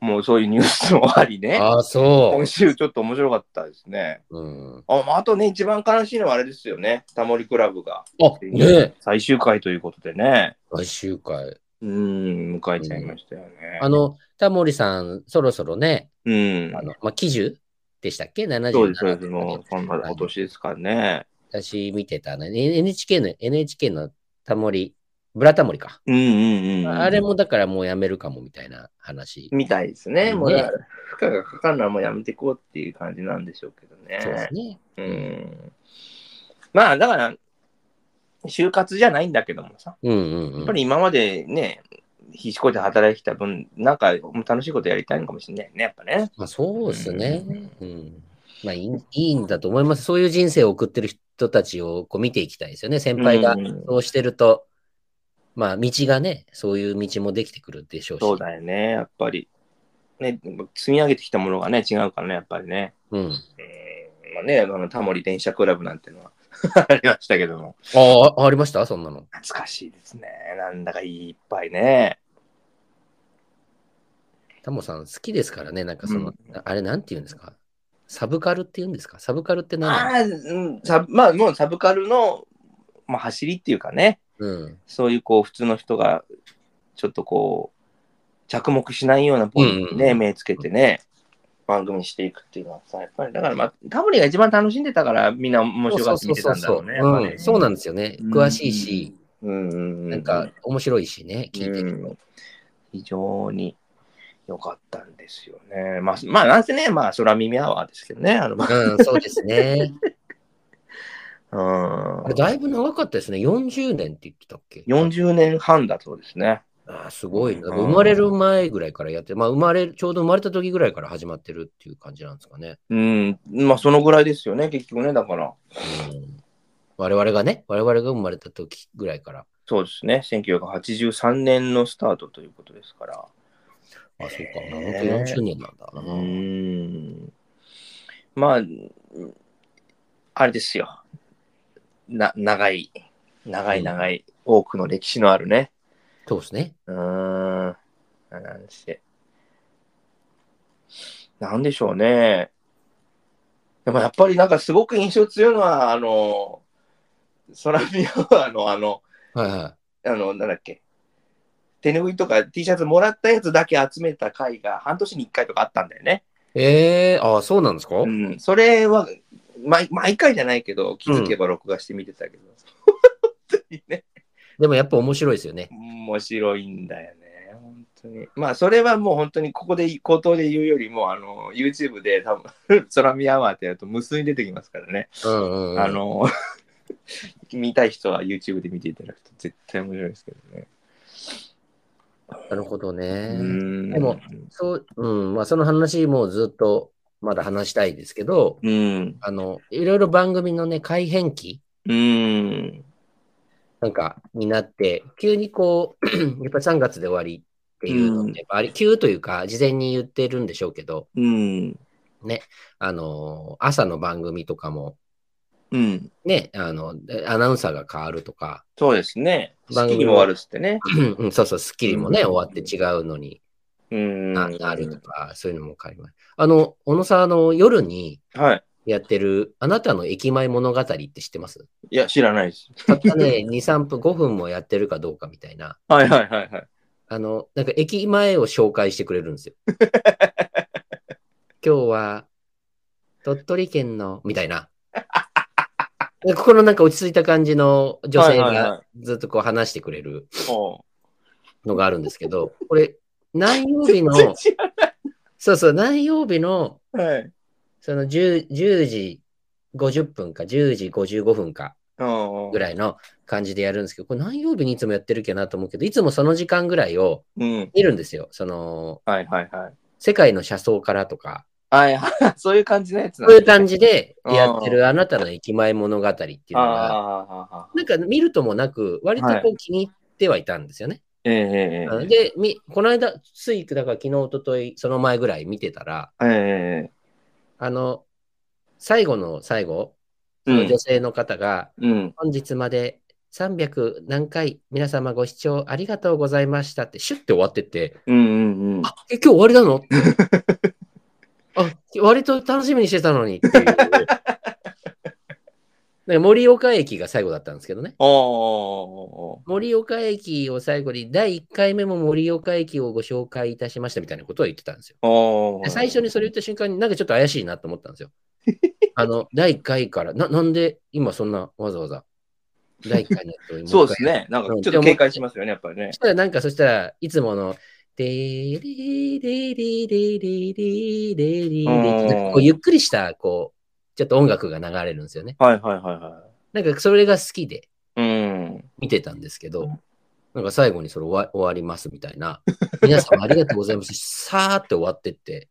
S2: もうそういうニュースもありね、
S3: ああ、そ
S2: 今週ちょっと面白かったですね。
S3: う。うん、
S2: あまああとね、一番悲しいのはあれですよね、タモリクラブが
S3: あね
S2: 最終回ということでね、
S3: 来週会。
S2: うーん、迎えちゃいましたよね。
S3: あの、タモリさん、そろそろね、
S2: うん、
S3: あのまあ、基準でしたっけ ?70
S2: そうです、そうです、もうそんなお年ですからね。
S3: 私見てたね。N- NHK の、NHK のタモリ、ブラタモリか。
S2: うんうんうん。
S3: あれもだからもうやめるかもみたいな話。
S2: みたいですね、もう
S3: ね
S2: だから負荷がかかるのはもうやめていこうっていう感じなんでしょうけどね。
S3: そうですね。
S2: うんまあだから、就活じゃないんだけどもさ、
S3: うんうん、うん。
S2: やっぱり今までね、必死こいて働いてきた分、なんか楽しいことやりたいのかもしれないね、やっぱね。
S3: まあそうですね。
S2: うん
S3: うん。まあいいいいんだと思います。そういう人生を送ってる人たちをこう見ていきたいですよね。先輩が
S2: うん
S3: そうしてると、まあ道がね、そういう道もできてくるでしょうし。
S2: そうだよね、やっぱり。ね、積み上げてきたものがね、違うからね、やっぱりね。
S3: うん。
S2: うんまあね、あのタモリ電車クラブなんてのは ありましたけども。
S3: ああ、ありましたそんなの。
S2: 懐かしいですね。なんだかいっぱいね。
S3: タモさん好きですからね。なんかそ
S2: う
S3: の、
S2: ん
S3: あれなんて言うんですかサブカルって言うんですかサブカルって何な
S2: あ
S3: の
S2: あ、うん、サブまあもうサブカルの、まあ、走りっていうかね。
S3: うん。
S2: そういうこう普通の人がちょっとこう着目しないようなポイントにね、
S3: うんうんうん
S2: 目つけてね、番組にしていくっていうのはさ、やっぱりだから、まあ、タモリが一番楽しんでたからみんな面白がって見てたんだろうね。やっぱ
S3: う
S2: ね
S3: んそうなんですよね。詳しいし、
S2: うんうんう
S3: なんか、面白いしね、聞いてる
S2: うん非常に良かったんですよね。まあ、まあ、なんせね、まあ、空耳アワーですけどね、あの、
S3: と。うん、そうですね。
S2: うん
S3: あれだいぶ長かったですね。40年って言ってたっけ
S2: 40年半だそうですね。
S3: ああすごいな。
S2: うん
S3: 生まれる前ぐらいからやって、まあ生まれ、ちょうど生まれた時ぐらいから始まってるっていう感じなんですかね。
S2: うん、まあ、そのぐらいですよね、結局ね、だから。
S3: うん我々がね、我々が生まれた時ぐらいから。
S2: そうですね。1983年のスタートということですから。
S3: あ、そうか。
S2: へ
S3: 本
S2: ー
S3: 当に40年なんだ
S2: う
S3: な。
S2: ーん。まあ、あれですよ。な、長い、長い長い、多くの歴史のあるね。
S3: そうですね。
S2: うーん。なんして。なんでしょうね。でもやっぱりなんかすごく印象強いのは、あの、ソラミアはあの、あの、
S3: はいは
S2: あの、なんだっけ。手拭いとか T シャツもらったやつだけ集めた回が半年に1回とかあったんだよね。
S3: い。えー、あ、そうなんですか、
S2: うん、それは毎毎回じゃないけど気づけば録画して見てたけど、本当にね
S3: でもやっぱ面白いですよね。
S2: 面白いんだよね本当にまあそれはもう本当にここで口頭で言うよりもあの YouTube で多分 「空見アワー」ってやると無数に出てきますからね、
S3: うんうん、うん。
S2: あの 見たい人は YouTube で見ていただくと絶対面白いですけどね、
S3: なるほどね。
S2: うん
S3: でもそう、うん、まあその話もずっとまだ話したいですけど、
S2: うん
S3: あの、いろいろ番組のね、改変期
S2: うん
S3: なんかになって、急にこう、 やっぱり3月で終わりっていうのって、あれ、急というか、事前に言ってるんでしょうけど、
S2: うん
S3: あの、朝の番組とかも、
S2: うん
S3: ね、あの、でアナウンサーが変わるとか、
S2: そうですね
S3: 番
S2: 式
S3: 組
S2: にも終わるっつってね
S3: うんそうそう、スッキリもね、
S2: うん
S3: 終わって違うのに
S2: うん
S3: ななるとか、そういうのも変わります。あの、小野さん、あの、夜に
S2: はい
S3: やってる、あなたの駅前物語って知ってます
S2: いや知らないです
S3: たった ね、2、3分、5分もやってるかどうかみたいな。
S2: はいはいはいはい。
S3: あの、なんか駅前を紹介してくれるんですよ。今日は、鳥取県の、みたいな。でここのなんか落ち着いた感じの女性
S2: はいはいは
S3: がずっとこう話してくれる
S2: お
S3: のがあるんですけど、これ、何曜日の、
S2: 知ら
S3: そうそう、何曜日の、
S2: ない。はい。
S3: その 10, 10時50分か、10時55分か
S2: お
S3: ぐらいの感じでやるんですけど、これ何曜日にいつもやってるっけなと思うけど、いつもその時間ぐらいを
S2: うん。
S3: 見るんですよ。その、
S2: はいはいはい。
S3: 世界の車窓からとか、
S2: はいはい。 そういう感じのやつ
S3: そういう感じで
S2: うん
S3: やってるあなたの駅前物語っていうの
S2: あ
S3: が、
S2: あ。
S3: なんか見るともなく、割とこう気に入ってはいたんですよね。
S2: えええええ
S3: で、みこの間、つい、だから昨日、一昨日その前ぐらい見てたら、
S2: え。え
S3: あの、最後の最後、
S2: え。うん
S3: 女性の方が、
S2: うん。
S3: 本日まで300何回皆様ご視聴ありがとうございましたって、シュッて終わってって、
S2: うんうんうん。
S3: あ、え、今日終わりな のってあ、割と楽しみにしてたのにっていう。 なんか盛岡駅が最後だったんですけどね。
S2: おお。
S3: 盛岡駅を最後に、第1回目も盛岡駅をご紹介いたしましたみたいなことを言ってたんですよ。
S2: お
S3: で最初にそれ言った瞬間になんかちょっと怪しいなと思ったんで すよ。あの、第1回から、ななんで今そんなわざわざ第1回のやつを今
S2: そうですね。なんかちょっと警戒しますよね、やっぱりね
S3: そし。たらなんかそしたらいつものでーりーりーりーりーりーりーりーりーりーってなんかこうゆっくりしたこうちょっと音楽が流れるんですよね。
S2: はいはいはいは
S3: なんかそれが好きで
S2: い。うん。
S3: 見てたんですけど、なんか最後にそれ終わ終わりますみたいな。皆様ありがとうございます。さーって終わってって。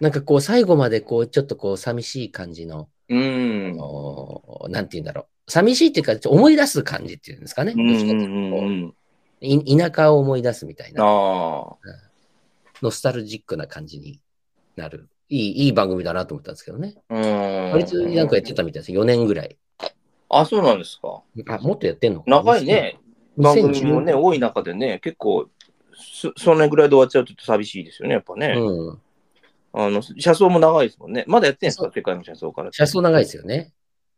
S3: なんかこう最後までこうちょっとこう寂しい感じの、
S2: うん。
S3: おーなんて言うんだろう。寂しいっていうかちょっと思い出す感じっていうんですかね。
S2: うん
S3: どっちかっていうとこうい田舎を思い出すみたいな。
S2: あ
S3: ノスタルジックな感じになる。いい、いい番組だなと思ったんですけどね。
S2: あ。うん。
S3: 割となんかやってたみたいです。4年ぐらい。
S2: あ、そうなんですか。
S3: あ、もっとやってんのかな
S2: 長いね。。番組もね、
S3: 2010
S2: 多い中でね、結構、そそのぐらいで終わっちゃうとちょっと寂しいですよね、やっぱね。
S3: うん。
S2: あの、車窓も長いですもんね。まだやってんす
S3: そ
S2: か
S3: う
S2: 世界の車窓からって。
S3: 車窓長いですよね。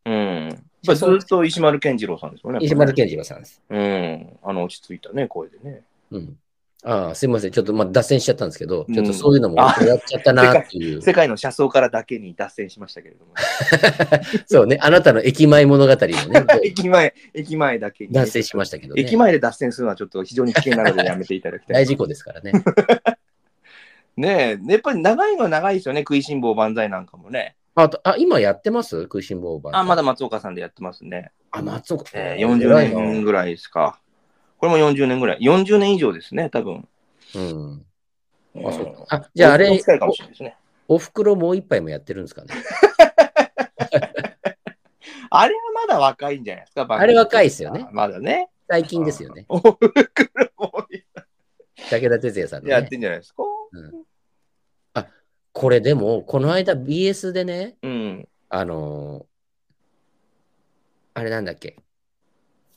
S2: うん。やっぱりずっと石丸健二郎さんですもんね。
S3: 石丸
S2: 健
S3: 健二郎さんです。
S2: うん。あの、落ち着いたね、声でね。
S3: うん。ああ、すいません。ちょっとまあ脱線しちゃったんですけど、
S2: うん
S3: ちょっとそういうのもやっちゃったなっ ていう。
S2: 世界の車窓からだけに脱線しましたけれども。
S3: そうね。あなたの駅前物語もね、
S2: 駅前、駅前だけにね、
S3: 脱線しましたけど ね
S2: 駅。前で脱線するのはちょっと非常に危険なのでやめていただきたい。
S3: 大事故ですからね。
S2: ねえ、やっぱり長いのは長いですよね、食いしん坊万歳なんかもね。
S3: あと、あ、今やってます食いしん坊バー
S2: あ、まだ。松岡さんでやってますね。
S3: あ、松岡。
S2: えー、40年ぐらいですか。これも40年ぐらい。40年以上ですね、多分。
S3: うん。
S2: うん
S3: あ、そう
S1: oh,
S3: か。あ、じゃああれ、
S2: 近いかもしれないですね。
S3: お袋もう一杯もやってるんですかね。
S2: あれはまだ若いんじゃないですか、
S3: あれ若いですよね。
S2: まだ ね。
S3: 最近ですよね。
S2: オールクルボーイ
S3: 武田鉄矢さんの、
S2: やっ
S3: ね。
S2: てんじゃないですか。
S3: これでも、この間 BS でね、
S2: うん。
S3: あのーあれなんだっけ。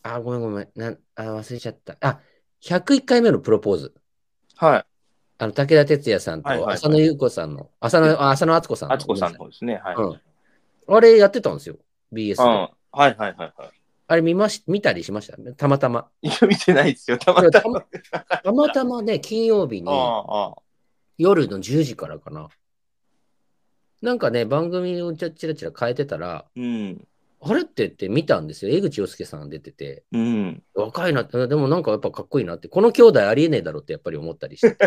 S3: あ、ごめんごめん。なんあ忘れちゃった。あ、101回目のプロポーズ。
S2: はい。
S3: あの、武田鉄矢さん
S2: はいはい
S3: と
S2: はい
S3: 浅野ゆう子さんの、浅野、あ浅野敦子さんの。
S2: 敦子さんの方ですね。はい。
S3: うんあれやってたんですよ。BS で。
S2: うんはいはいはいは
S3: あれ見まし、見たりしましたたまたま。
S2: い。いや、見てないですよ、たまた
S3: た
S2: ま
S3: ま。たまたまね、金曜日に
S2: ああ、ああ。
S3: 夜の10時からかな。なんかね、番組をちょちらちら変えてたら、
S2: うん。
S3: あれって言って見たんですよ。江口洋介さん出てて、
S2: うん。
S3: 若いなって、でもなんかやっぱかっこいいなって、この兄弟ありえねえだろってやっぱり思った りして。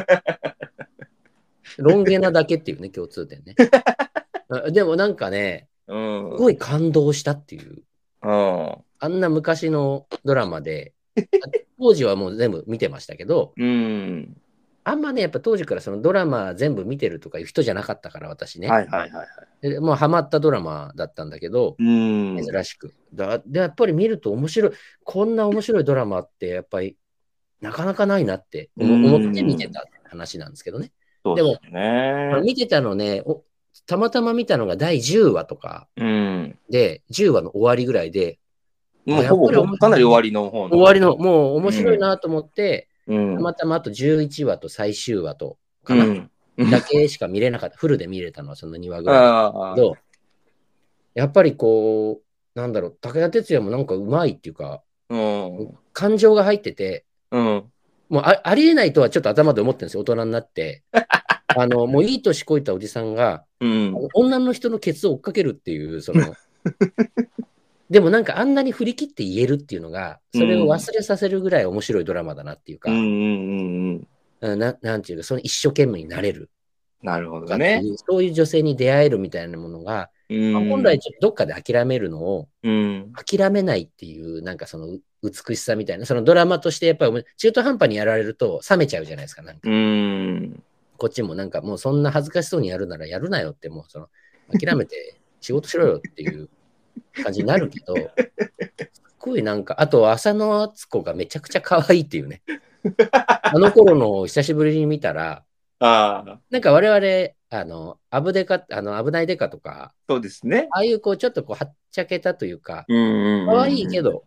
S3: ロン毛なだけっていうね、共通点ね。 あでもなんかね、
S2: うん。
S3: す
S2: うん。
S3: ごい感動したっていう。あんな昔のドラマで、 当時はもう全部見てましたけど、
S2: うん。
S3: あんまね、やっぱ当時からそのドラマ全部見てるとかいう人じゃなかったから、私ね。
S2: はいはいはいはい。
S3: でもうハマったドラマだったんだけど、
S2: うん。
S3: 珍しく。だで、やっぱり見ると面白い、こんな面白いドラマって、やっぱりなかなかないなって思
S2: うん
S3: 思って見てた話なんですけどね。
S2: そうですよ
S3: まあ
S2: ね。
S3: 見てたのねお、たまたま見たのが第10話とか
S2: うん。
S3: で、10話の終わりぐらいで、
S2: もうほぼ
S3: やっぱり
S2: ほぼかなり終わりの方の。
S3: 終わりの、もう面白いなと思って、
S2: うん。
S3: たまたまあと11話と最終話とか
S2: う
S3: な、
S2: ん。
S3: だけしか見れなかった。フルで見れたのはその2話ぐらい。
S2: ああ
S3: け。ど、やっぱりこう、なんだろう、武田鉄矢もなんかうまいっていうか、
S2: うん。
S3: 感情が入ってて、
S2: うん。
S3: もうあありえないとはちょっと頭で思ってるんですよ、大人になって。 あのもういい年こいたおじさんが、
S2: うん。
S3: 女の人のケツを追っかけるっていう、その。でもなんかあんなに振り切って言えるっていうのが、それを忘れさせるぐらい面白いドラマだなっていうか、
S2: うんうんうんうん。
S3: うんななんていうか、その一生懸命になれる
S2: なるほ
S3: とか
S2: ど
S3: って
S2: ね
S3: い。う、そういう女性に出会えるみたいなものが、まあ
S2: 本
S3: 本来、ちょっとどっかで諦めるのを、
S2: うん。
S3: 諦めないっていう、なんかそのう美しさみたいな、そのドラマとしてやっぱり中途半端にやられると冷めちゃうじゃないですか、なんか
S2: うん。
S3: こっちもなんかもうそんな恥ずかしそうにやるならやるなよって、もうその諦めて仕事しろよっていう感じになるけど、すっごいなんか、あと浅野敦子がめちゃくちゃ可愛いっていうね。あの頃の久しぶりに見たら、
S2: ああ、
S3: なんか我々、あの、危でか、あの、危ないデカとか、
S2: そうですね。
S3: ああいうこう、ちょっとこう、はっちゃけたというか、
S2: うん。
S3: 可愛いけ。ど、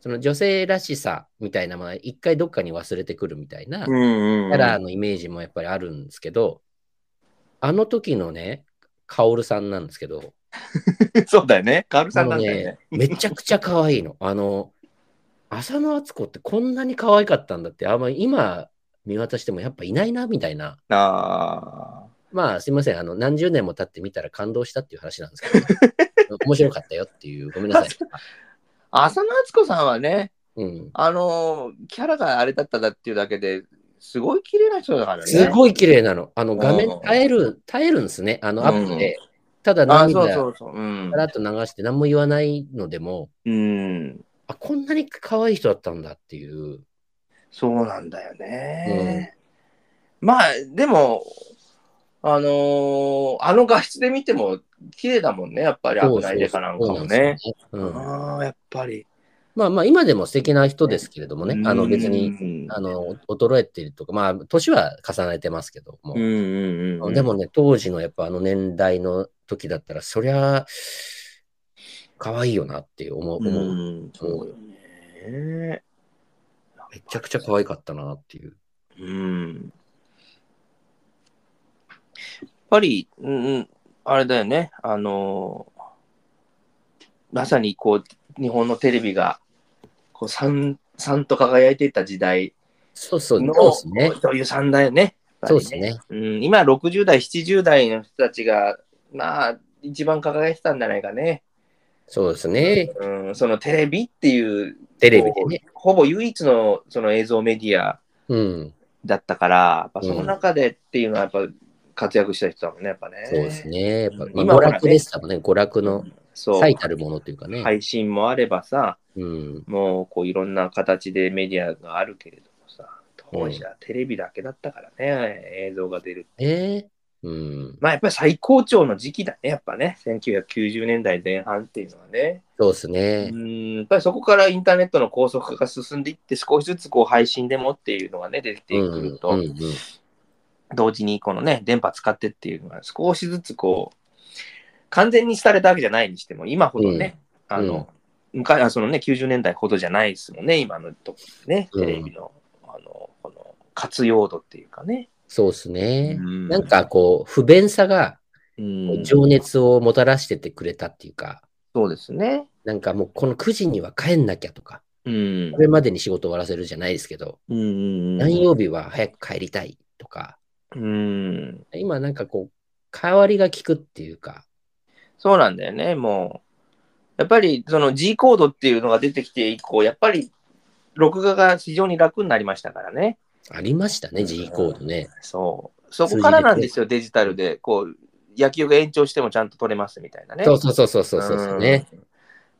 S3: その女性らしさみたいなものは一回どっかに忘れてくるみたいな
S2: う
S3: キ
S2: んうんうん。
S3: ャラのイメージもやっぱりあるんですけど、あの時のね、カオルさんなんですけど、
S2: そうだよね。カールさんなんだよね。
S3: めちゃくちゃ可愛いの。 あの、浅野敦子ってこんなに可愛かったんだって、あんまり今見渡してもやっぱいないなみたいな。
S2: ああ。
S3: まあすいません、あの何十年も経ってみたら感動したっていう話なんですけど、 面白かったよっていう、ごめんなさい。
S2: 浅野敦子さんはね、
S3: うん、
S2: あのー、キャラがあれだっただっていうだけで、すごい綺麗な人だからね。
S3: すごい綺麗なの。あの画
S2: うん
S3: 面耐える、耐えるんですね。あのアップで。ただ
S2: あそう
S3: 涙
S2: そうそう。うん
S3: だ。らっと流して何も言わないのでも、
S2: うん。
S3: あ、こんなに可愛い人だったんだっていう。
S2: そうなんだよね。まあ、でも、あのーあの画質で見ても綺麗だもんね、やっぱり、危ないでかなんかもね。
S3: そうなんですよねうん
S1: oh,
S2: ああ、やっぱり。
S3: まあまあ、今でも素敵な人ですけれどもね。あの別に、
S2: に
S3: あの、衰えてるとか、まあ、年は重ねてますけども
S2: うん。うんうん。
S3: で、もね、当時のやっぱあの年代の時だったら、そりゃ、可愛いよなって思う。
S2: う、
S3: 思うん
S2: そうよね。
S3: めちゃくちゃ可愛かったなっていう。
S2: うん。やっぱり、うんうん、あれだよね、あのーまさにこう、日本のテレビが、こう、さん、さんと輝いていた時代
S3: そうそう、
S2: の、
S3: そうですね。
S2: 女優さんだよね。やっぱり
S3: そうです。ね。
S2: うん、今、60代、70代の人たちが、まあ、一番輝いてたんじゃないかね。
S3: そうですね。
S2: うん、そのテレビっていう、
S3: テレビでね。
S2: ほぼ唯一のその映像メディア
S3: うん。
S2: だったから、やっぱ
S3: うん
S2: その中でっていうのは、やっぱ活躍した人だもんね、やっぱね。
S3: そうです。ね。やっぱ
S2: うん
S3: まあ
S2: 今
S3: 娯
S2: はね
S3: 楽でしたもんね。娯楽の
S2: そう。
S3: 最たるものというかね。
S2: 配信もあればさ、
S3: うん。
S2: もうこういろんな形でメディアがあるけれどもさ、当時はテレビだけだったからね、映像が出る。
S3: ええうん。
S2: まあやっぱり最高潮の時期だね、やっぱね。1990年代前半っていうのはね。
S3: そうです
S2: う
S3: ね。
S2: ん、やっぱりそこからインターネットの高速化が進んでいって、少しずつこう配信でもっていうのがね、出て
S3: うん
S2: くる
S3: うん
S2: と、
S3: うん
S2: 同時にこのね、電波使ってっていうのは少しずつこう、完全に廃れたわけじゃないにしても、今ほどね、
S3: ん
S2: あの、昔あそのね、90年代ほどじゃないですもんね、今のとこね、テレビの、あの、この活用度っていうかね。
S3: そうですね。
S2: な
S3: なん、かこう、不便さが
S2: うん、
S3: 情熱をもたらしててくれたっていうか、
S2: そうですね。
S3: なんかもうこの9時には帰んなきゃとか、
S2: うん
S3: こ。れまでに仕事終わらせるじゃないですけど、
S2: うんうんうん
S3: 何曜日は早く帰りたいとか、
S2: うん。
S3: 今なんかこう、代わりが効くっていうか、
S2: そうなんだよね、もう。やっぱり、その G コードっていうのが出てきて以降、やっぱり、録画が非常に楽になりましたからね。
S3: ありました
S2: う
S3: ね、
S2: ん
S3: G コードね。
S2: そう。そこからなんですよ、デジタルで。こう、野球が延長してもちゃんと取れますみたいなね。
S3: そうそうそうそうそうそうね。
S2: うん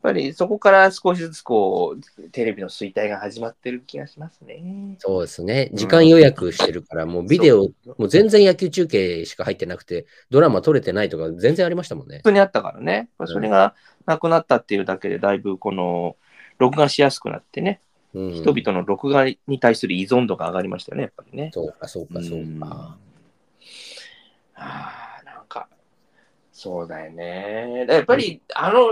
S2: やっぱりそこから少しずつこうテレビの衰退が始まってる気がしますね。
S3: そうですね。時間予約してるから、もうビデオ、
S2: そう
S3: もう全然野球中継しか入ってなくて、ドラマ撮れてないとか全然ありましたもんね
S2: 本。当にあったからね、それがなくなったっていうだけで、だいぶこの、録画しやすくなってね、
S3: うん、
S2: 人々の録画に対する依存度が上がりましたよね、やっぱりね。
S3: そうか、そうか、そうか。
S2: うんあーなんか、そうだよね。やっぱり、あの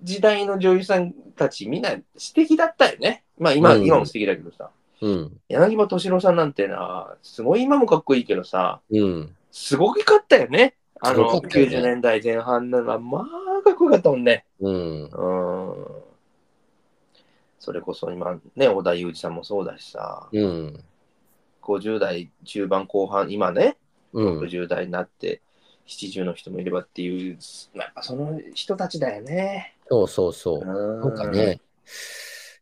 S2: 時代の女優さんたち、みんな素敵だったよね。まあ今、
S3: うん
S2: 今も素敵だけどさ、
S3: うん。
S2: 柳葉敏郎さんなんてな、すごい今もかっこいいけどさ、
S3: うん。
S2: すごかったよね。あ
S3: すご
S2: の、
S3: かったよね
S2: 90年代前半なのは、まあ、かっこよかったもんね。
S3: うん。
S2: うん。それこそ今、ね、織田裕二さんもそうだしさ、
S3: うん。
S2: 50代中盤後半、今ね、
S3: うん。
S2: 60代になって、70の人もいればっていう、まあやっぱその人たちだよね。
S3: そうそうそう。
S2: な
S3: なんかね、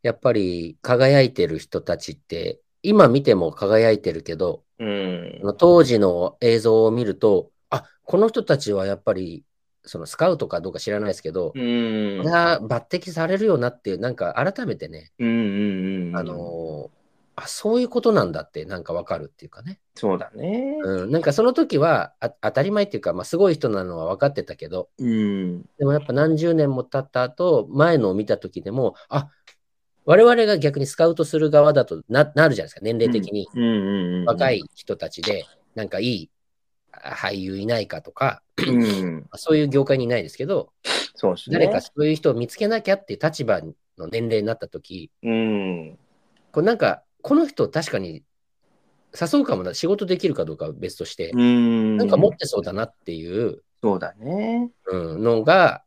S3: やっぱり輝いてる人たちって、今見ても輝いてるけど、
S2: うん
S3: あ。の当時の映像を見ると、あこの人たちはやっぱり、そのスカウトかどうか知らないですけど、
S2: うん。
S3: これは抜擢されるよなって、なんか改めてね、
S2: うんうんうん。
S3: あのーあ、そういうことなんだって、なんかわかるっていうかね。
S2: そうだね。
S3: うん、なんかその時はあ当たり前っていうか、まあ、すごい人なのは分かってたけど、
S2: うん。
S3: でもやっぱ何十年も経った後、前のを見た時でも、あ我々が逆にスカウトする側だとななるじゃないですか、年齢的に。
S2: うんうんうん。
S3: 若い。人たちで、なんかいいあ俳優いないかとか、
S2: うん。
S3: そういう業界にいないですけど、
S2: そうですね。
S3: 誰かそういう人を見つけなきゃっていう立場の年齢になった時、
S2: うん。
S3: こうなんか、この人確かに誘うかもな、仕事できるかどうかは別として、
S2: うん。
S3: なんか持ってそうだなっていう
S2: そうだね。
S3: うんのが、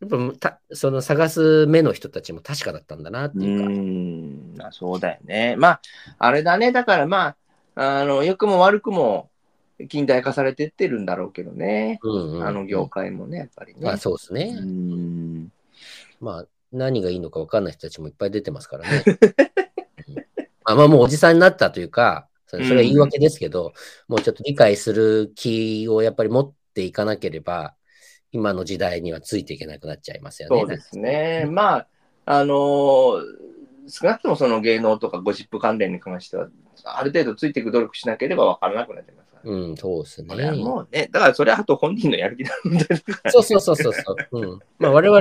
S3: やっぱたその探す目の人たちも確かだったんだなって
S2: う
S3: いうか、
S2: ん。あそうだよね。まあ、あれだね。だからまあ、あの、良くも悪くも近代化されてってるんだろうけどね。
S3: うんうん
S2: あの業界もね、やっぱりね。
S3: まあそうですね、
S2: うん
S3: まあ何がいいのか分かんない人たちもいっぱい出てますからね。 うんまあまあもうおじさんになったというか、それそれは言い訳ですけど、もうちょっと理解する気をやっぱり持っていかなければ、今の時代にはついていけなくなっちゃいますよね。
S2: そうですね。まあ、あのー少なくともその芸能とかゴシップ関連に関しては、ある程度ついていく努力しなければ分からなくなっちゃいますからね。
S3: うん、そうですね
S2: これ。はもうね、だからそれはあと本人のやる気なので、
S3: そうそうそうそうそう。 うん、まあ我々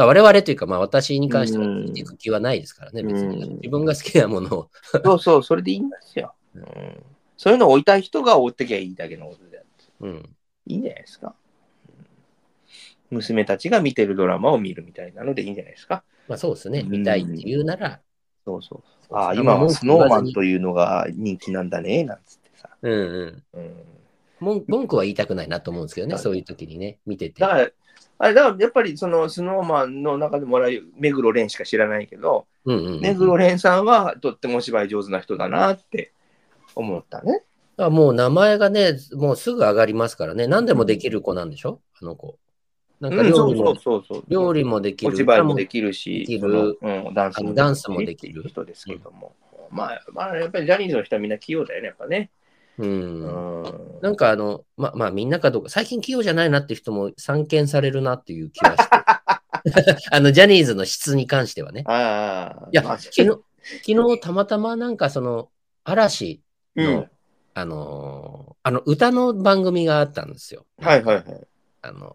S3: は、我々というか、まあ私に関してはついていく気はないですからね、別
S2: う
S3: に。
S2: ん
S3: 自分が好きなものを。
S2: そうそう、それでいいんですよ。うん、そういうのを追いたい人が追ってきゃいいだけのことで、
S3: うん、
S2: いいんじゃないですか。うん娘たちが見てるドラマを見るみたいなのでいいんじゃないですか。
S3: まあそうですね。
S2: うん
S3: 見たいって言うなら。
S2: そうそう。ああ、今はスノーマンと
S3: いう。
S2: いうのが人気なんだね、なんつってさ。
S3: うんうん。
S2: うん
S3: 文文句は言いたくないなと思うんですけどね、そういう時にね、見てて。
S2: だから、あれだからやっぱりそのスノーマンの中でもらう目黒蓮しか知らないけど、
S3: うんうんうん、
S2: 目黒蓮さんはとってもお芝居上手な人だなって思ったね。
S3: あもう名前がね、もうすぐ上がりますからね、何でもできる子なんでしょあの子。なんか
S2: うん、
S3: 料
S2: そ
S3: 理
S2: うそ
S3: も,、
S2: うそうそう。
S3: 料理もでき
S2: お
S3: る。
S2: 芝居もできるし、
S3: できる
S2: うん、ダンス
S3: あ
S2: も
S3: のダンスもできる
S2: 人ですけども。まあ、まあ、やっぱりジャニーズの人はみんな器用だよね、やっぱね。
S3: うん
S2: うん
S3: なんかあの、ま、まあみんなかどうか、最近器用じゃないなって人も散見されるなっていう気 はして。あの、ジャニーズの質に関してはね。
S2: ああ、
S3: いや、
S2: まあ
S3: 昨日、昨日たまたまなんかその、嵐
S2: う
S3: の、
S2: ん
S3: あのーあの、歌の番組があったんですよ。
S2: はいはいはい。
S3: あの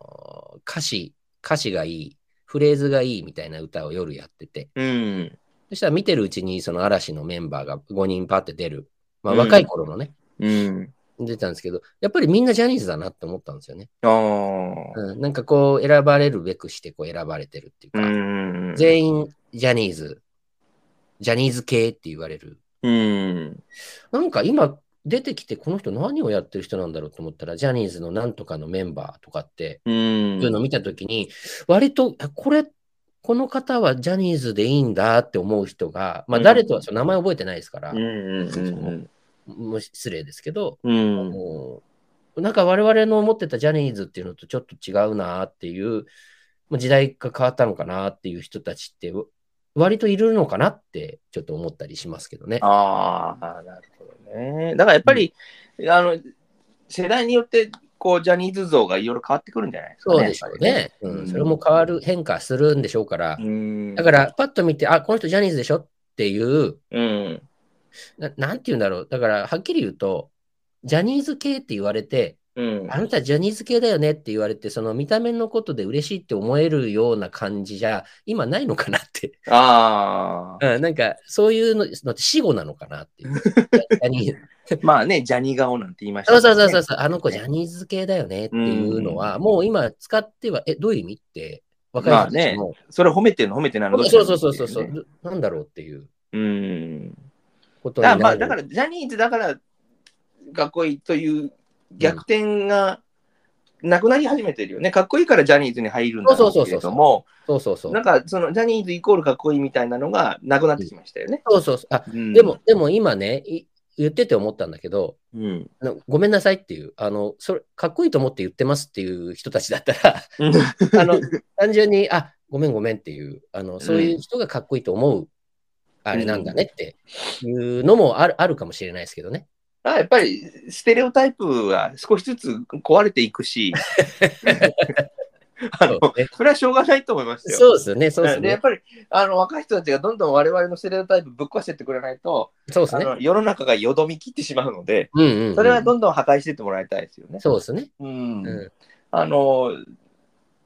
S3: ー歌詞、歌詞がいい、フレーズがいいみたいな歌を夜やってて、
S2: うん。
S3: そしたら見てるうちにその嵐のメンバーが5人パって出る。まあ
S2: うん
S3: 若い頃のね、
S2: うん。
S3: 出たんですけど、やっぱりみんなジャニーズだなって思ったんですよね。
S2: ああ。
S3: うん、なんかこう選ばれるべくしてこう選ばれてるっていう
S2: う
S3: か、
S2: ん。
S3: 全員ジャニーズ、ジャニーズ系って言われる。
S2: うん。
S3: なんか今出てきてこの人何をやってる人なんだろうと思ったら、ジャニーズのなんとかのメンバーとかって、
S2: うん。
S3: いうのを見たときに、割と、あこれ、この方はジャニーズでいいんだって思う人が、まあ、
S2: うん
S3: 誰とはちょっと名前覚えてないですから
S2: う、んうん
S3: もう失礼ですけど、
S2: うんうん。
S3: もうなんか我々の思ってたジャニーズっていうのとちょっと違うなっていう、まあ、時代が変わったのかなっていう人たちって、わ割といるのかなってちょっと思ったりしますけどね。
S2: ああ、なるほどね。だからやっぱり、あの、世代によって、こう、ジャニーズ像がいろいろ変わってくるんじゃないですかね。
S3: そうでしょうね。
S2: やっぱり
S3: うん、それも変わる、変化するんでしょうから
S2: う、ん。
S3: だからパッと見て、あ、この人ジャニーズでしょっていう、
S2: うん。
S3: ななんて言うんだろう。だから、はっきり言うと、ジャニーズ系って言われて、
S2: うん。
S3: あなたジャニーズ系だよねって言われて、その見た目のことで嬉しいって思えるような感じじゃ、今ないのか なって。
S2: ああ。
S3: うんなんか、そういうののって死後なのか なっていう。ジャニーズ
S2: まあね、ジャニー顔なんて言いました
S3: そ
S2: も
S3: うん
S2: ね
S3: そうそうそうそう、あの子ジャニーズ系だよねっていうのは、
S2: うん
S3: もう今使っては、え、どういう意味って若い人たちも、
S2: それ褒めてるの褒めてないのどっち
S3: そ
S2: な
S3: う
S2: の
S3: そうそうそうそ
S2: っていうね
S3: う、なんだろうっていう
S2: うん。
S3: こと
S2: だ
S3: に
S2: から、
S3: なる。
S2: まあ、だから、ジャニーズだから、かっこいいという逆転が、なくなり始めてるよね。かっこいいからジャニーズに入るんだろうけれども、
S3: そうそうそう。
S2: なんかそのジャニーズイコールかっこいいみたいなのがなくなってきましたよね。
S3: そうそうそう。あ、
S2: うん
S3: でも、、でも今ね、い言ってて思ったんだけど、
S2: うん、
S3: あのごめんなさいっていう、あの、それ、かっこいいと思って言ってますっていう人たちだったら、 あの、単純に、あ、ごめんごめんっていう、あの、そういう人がかっこいいと思う、あれなんだねっていうのもあるあるかもしれないですけどね。
S2: あやっぱりステレオタイプは少しずつ壊れていく し、あの
S3: そうね
S2: それはしょうがないと思いますよ。
S3: そうですよね、そうです
S2: でやっ
S3: ね。
S2: ぱりあの若い人たちがどんどん我々のステレオタイプぶっ壊してってくれないと、
S3: そうです
S2: あ
S3: ね。
S2: の世の中がよどみ切ってしまうので、
S3: うんうんうん。
S2: それはどんどん破壊してってもらいたいですよね。
S3: そうですね。
S2: うん
S3: うん
S2: あの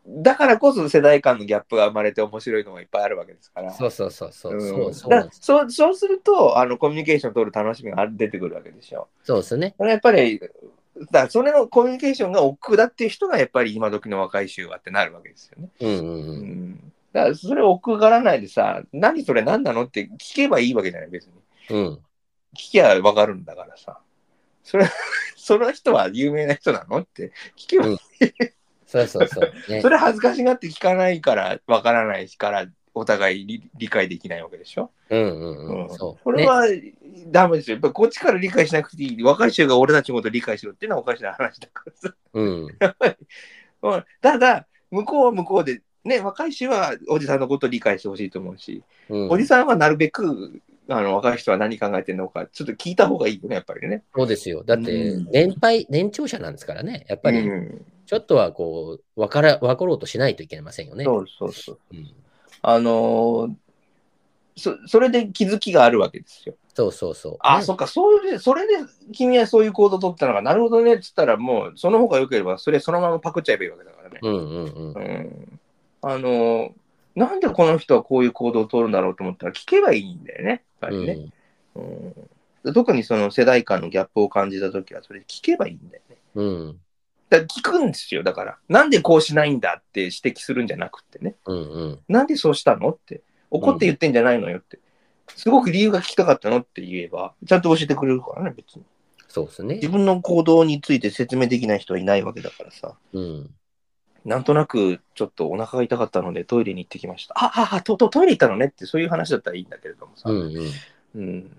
S2: だからこそ世代間のギャップが生まれて面白いのがいっぱいあるわけですから。
S3: そうそうそうそう。そうそう
S2: だから
S3: なんです。
S2: そうそうするとあのコミュニケーションを取る楽しみが出てくるわけでしょ。
S3: そうですね。
S2: それはやっぱりだからそれのコミュニケーションが億劫だっていう人がやっぱり今時の若い衆はってなるわけですよね。
S3: うんうん
S2: う
S3: うん。
S2: ん、だからそれを億劫がらないでさ何それ何なのって聞けばいいわけじゃない別に。
S3: うん。
S2: 聞きゃわかるんだからさ。それ その人は有名な人なのって聞けば、
S3: うんそうそうそう。ね
S2: それ恥ずかしがって聞かないからわからないからお互い理理解できないわけでしょ。
S3: うんうんうん。
S2: うん
S3: そう。
S2: これ
S3: ね
S2: はダメですよ。やっぱこっちから理解しなくていい。若い衆が俺たちのことを理解しろっていうのはおかしな話だからさ。
S3: うん。
S2: うんただ、向こうは向こうで、ね、若い衆はおじさんのことを理解してほしいと思うし、
S3: うん
S2: おじさんはなるべくあの若い人は何考えてるのか、ちょっと聞いた方がいいよね、やっぱりね。
S3: そうですよ。だって
S2: うん、
S3: 年配、年長者なんですからね。やっぱり、
S2: うん
S3: ちょっとはこう、わから、わかろうとしないといけませんよね。
S2: そうそうそう。
S3: うん
S2: あのーそそれで気づきがあるわけですよ。
S3: そうそうそう。
S2: あ、
S3: ね
S2: そっか、そういう、それで君はそういう行動を取ったのか、なるほどねっつったら、もうその方が良ければ、それそのままパクっちゃえばいいわけだからね。
S3: うんうんうん
S2: う。んあの、なんでこの人はこういう行動を取るんだろうと思ったら聞けばいいんだよね、やっぱりね。うん特にその世代間のギャップを感じたときは、それ聞けばいいんだよね。
S3: うんうん
S2: だから聞くんですよ、だから。なんでこうしないんだって指摘するんじゃなくってね。
S3: うんうん。
S2: なんでそうしたのって。怒って言ってんじゃないのよって。すごく理由が聞きたかったのって言えば、ちゃんと教えてくれるからね、別に。
S3: そうですね
S2: 自。分の行動について説明できない人はいないわけだからさ。
S3: うん。
S2: なんとなくちょっとお腹が痛かったのでトイレに行ってきました。あ、あ、あ、と、とトイレ行ったのねってそういう話だったらいいんだけれどもさ。
S3: うんうん。
S2: うん。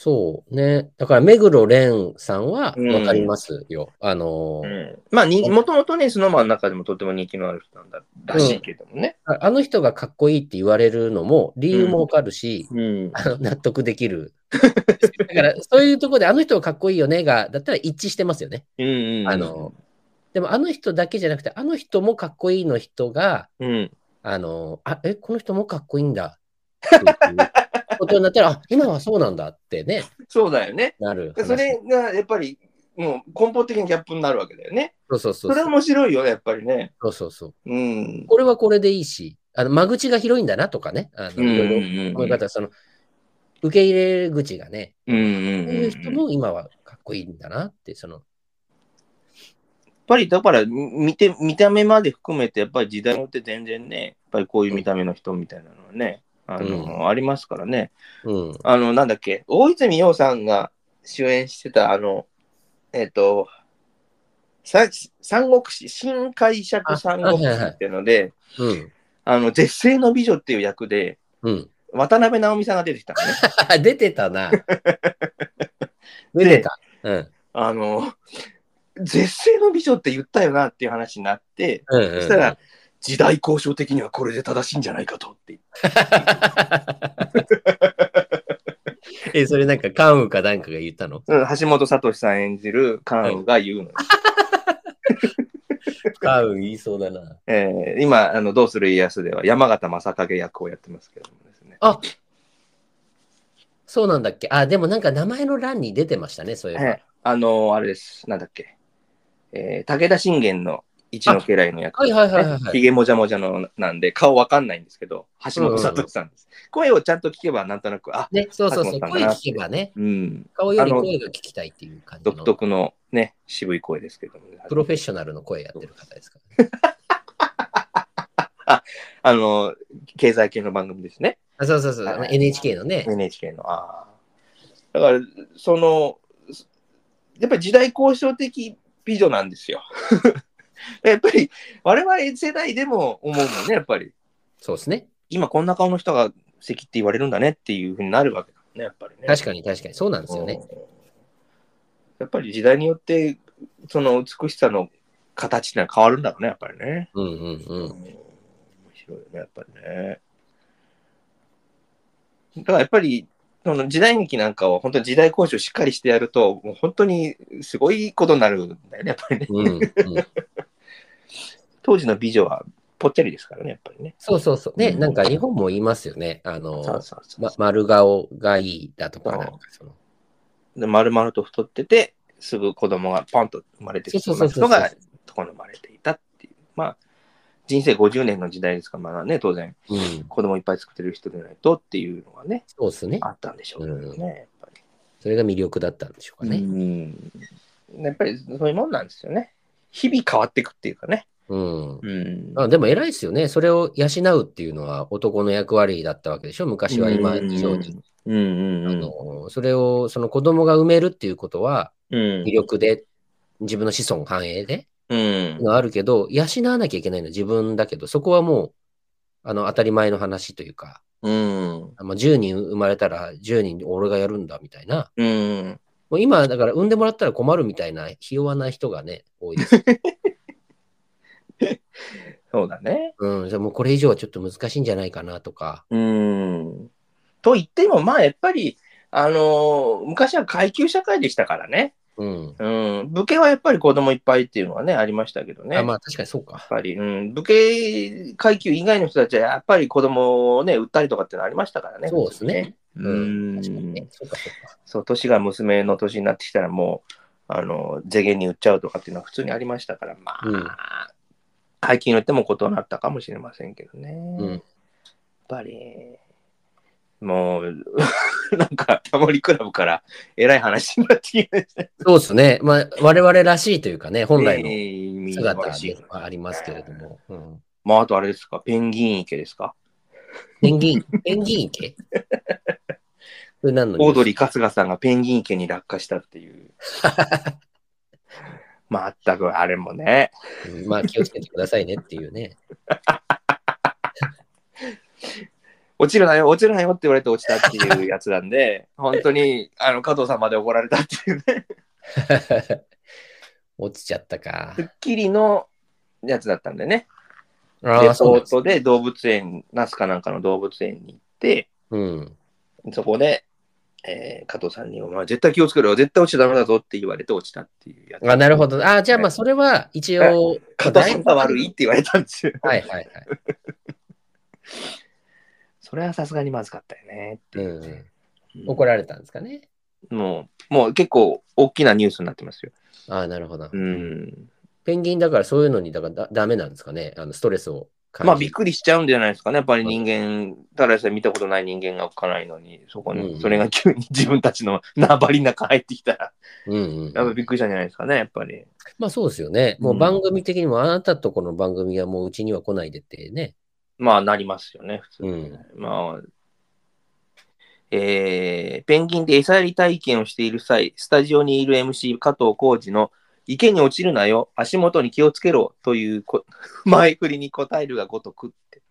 S3: そうね。だから、目黒蓮さんは
S2: うん
S3: わかりますよ。あ
S2: う
S3: のー、
S2: ん、まあ、にもともとね、スノーマンの中でもとても人気のある人なんだらしいけれどもね。
S3: ああの人がかっこいいって言われるのも、理由もわかるし、
S2: うん。
S3: あの納得できる。 だから、そういうところで、あの人がかっこいいよねが、だったら一致してますよね。
S2: うん、うん。
S3: あの、でもあの人だけじゃなくて、あの人もかっこいいの人が、
S2: うん。
S3: あの、あ、え、この人もかっこいいんだ。っていうこことにな ったら、あ、今はそうなんだってね、
S2: そうだよね。
S3: なる
S2: でそ
S3: 話。
S2: れがやっぱり、もう根本的にギャップになるわけだよね。
S3: そうそう
S2: そ
S3: そう
S2: れは面白いよね、やっぱりね。
S3: そうそうそう。
S2: うん。
S3: これはこれでいいし、あの間口が広いんだなとかね、あ
S2: う
S3: の
S2: ん
S3: いろ
S2: う
S3: いろ
S2: ん
S3: 思い方、その受け入れ口がね、
S2: うん
S3: こ
S2: う
S3: うんいううん人も今はかっこいいんだなって、その、
S2: やっぱりだからみ見て見た目まで含めてやっぱり時代によって全然ねやっぱりこういう見た目の人みたいなのはねあの、
S3: う
S2: ありますからね
S3: うん、
S2: あのなんだっけ大泉洋さんが主演してたあのえっ、とさ三国志新解釈三国志っていうので
S3: うん、
S2: あの絶世の美女っていう役で
S3: うん。
S2: 渡辺直美さんが出てきたのね
S3: 出てたな。 出てた。うん、
S2: あの絶世の美女って言ったよなっていう話になって
S3: うん、うん。
S2: そしたら、
S1: 時代交渉的にはこれで正しいんじゃないかとって言って。
S3: え、それなんか、関羽かなんかが言ったの
S2: うん橋本聡さん演じる関羽が言うのよ、
S3: 関羽言いそうだな。
S2: えー今あの「どうする家康」では山形正景役をやってますけどもですね、
S3: あそうなんだっけあ、でもなんか名前の欄に出てましたね、そういえば。
S2: はいあのあれですなんだっけ、えー武田信玄の一の家来の役
S3: はいはいはいはいはい
S2: ひげもじゃもじゃのなんで顔わかんないんですけど橋本聡さんです、声をちゃんと聞けばなんとなくあ
S3: ね、そうそうそ
S2: 橋本
S3: う、
S2: さんか
S3: 声
S2: な
S3: 聞けばね、
S2: うん
S3: 顔より
S2: あの
S3: 声が聞きたいっていう感じ
S2: 独
S3: の、
S2: 特のね渋い声ですけども、ね、
S3: プロフェッショナルの声やってる方ですから。
S2: あの経済系の番組ですね
S3: あそうそうそう、あの NHK のね、
S2: NHK の。ああ。だから、その、すやっぱり時代交渉的美女なんですよ。 やっぱり、我々世代でも思うもんね、やっぱり。
S3: そうですね。
S2: 今こんな顔の人が素敵って言われるんだねっていうふうになるわけだもんね、やっぱりね。
S3: 確かに確かに、そうなんですよね。
S2: うんやっぱり時代によって、その美しさの形ってのは変わるんだろうね、やっぱりね。
S3: うんうんう
S2: うん
S3: ん。
S2: 面白いよね、やっぱりね。だからやっぱり、その時代劇なんかは本当に時代交渉しっかりしてやると、もう本当にすごいことになるんだよね、やっぱりね。
S3: うんうん、
S2: 当時の美女はぽっちゃりですからね、やっぱりね。
S3: そうそうそう。ね、
S2: うん
S3: なんか日本も言いますよね。あの、
S2: そうそうそう。
S3: ま、丸顔がいいだとか、
S2: そう
S3: なんかその。
S2: で、丸々と太ってて、すぐ子供がパンと生まれて
S3: そう
S2: き
S3: そ
S2: そうう
S3: そ
S2: な
S3: うそ
S2: 人
S3: う
S2: が、とこに生まれていたっていう。まあ、人生50年の時代ですから、まだね、当然、
S3: うん、
S2: 子供いっぱい作ってる人でないとっていうのがね、
S3: そうですね
S2: あ。ったんでしょうけどね、やっぱり。
S3: それが魅力だったんでしょうか
S2: う
S3: ね。
S2: ん。やっぱりそういうもんなんですよね。日々変わっていくっていうかね。
S3: う
S2: う
S3: ん。
S2: ん
S3: あでも偉いですよね。それを養うっていうのは男の役割だったわけでしょ。昔は今以上に。。
S2: うんうん
S3: あ
S2: うん。
S3: のそれをその子供が埋めるっていうことは
S2: うん
S3: 魅力で自分の子孫繁栄で
S2: うん。
S3: があるけど養わなきゃいけないのは自分だけどそこはもうあの当たり前の話というか、
S2: うん。
S3: まあ、10人生まれたら10人俺がやるんだみたいな
S2: うん。
S3: もう今だから産んでもらったら困るみたいなひ弱な人がね多 いです、
S2: そうだね。
S3: うん、じゃあもうこれ以上はちょっと難しいんじゃないかなとか
S2: うん。と言っても、まあやっぱり、あのー昔は階級社会でしたからね。
S3: うん、
S2: うん。武家はやっぱり子供いっぱいっていうのはね、ありましたけどね。
S3: あまあ確かにそうか
S2: やっぱり、うん、武家階級以外の人たちはやっぱり子供をね、売ったりとかってのありましたからね。
S3: そうですね。
S2: う
S3: うん
S2: ん。
S3: 確かにねそうかそうか
S2: そう、年が娘の年になってきたらもう、あの、税源に売っちゃうとかっていうのは普通にありましたから、ま
S3: うん
S2: あ、階級によっても異なったかもしれませんけどね。
S3: う
S2: やっ
S3: ん
S2: ぱり、もう、 なんか、タモリクラブからえらい話になってきましたね。
S3: そうですねまあ我々らしいというかね本来の
S2: の
S3: 姿ではありますけれども。うん、
S2: まあ、あとあれですか、ペンギン池ですか。
S3: ペンギン、ペンギ ン池それ何のニュース
S2: オードリー春日さんがペンギン池に落下したって いう。まったく、あれもね。
S3: うんまあ気をつけてくださいねってい うね。
S2: 落ちるなよ、落ちるなよって言われて落ちたっていうやつなん で、本当にあの加藤さんまで怒られたっていう ね、
S3: 落ちちゃったか
S2: ス。ッキリのやつだったんでね、
S3: あ
S2: レ
S3: あ、そう
S2: ポ
S3: な
S2: ー
S3: んです
S2: トで動物園、那須かなんかの動物園に行って、
S3: うん。
S2: そこで、えー加藤さんに、お前絶対気をつけろよ、絶対落ちちゃダメだぞって言われて落ちたっていうやつ。
S3: あなるほど。ああ、じゃあまあそれは一応。
S2: 加藤さんが悪いって言われたんですよ。
S3: はいはいはい。
S2: それはさすがにまずかったよねって
S3: う
S2: いう、
S3: ん。怒られたんですかね。
S2: もう、もう結構大きなニュースになってますよ。
S3: ああ、なるほど
S2: う。ん。
S3: ペンギンだからそういうのにだからだダメなんですかね。あのストレスを感じ
S2: まあびっくりしちゃうんじゃないですかね。やっぱり人間、ただでさえ見たことない人間が置かないのに、そこ
S3: う
S2: に、
S3: ん
S2: それが急に 自分たちの縄張りの中入ってきたら、
S3: うん
S2: やっ
S3: う
S2: ぱ
S3: ん、
S2: びっくりしたんじゃないですかね、やっぱり。
S3: まあそうですよね。もううん番組的にも、あなたとこの番組はもううちには来ないでってね。
S2: まあなりますよね、普通に。
S3: うん
S2: まあ、えーペンギンで餌やり体験をしている際、スタジオにいる MC 加藤浩二の池に落ちるなよ、足元に気をつけろというこ 前振りに答えるがごとくって。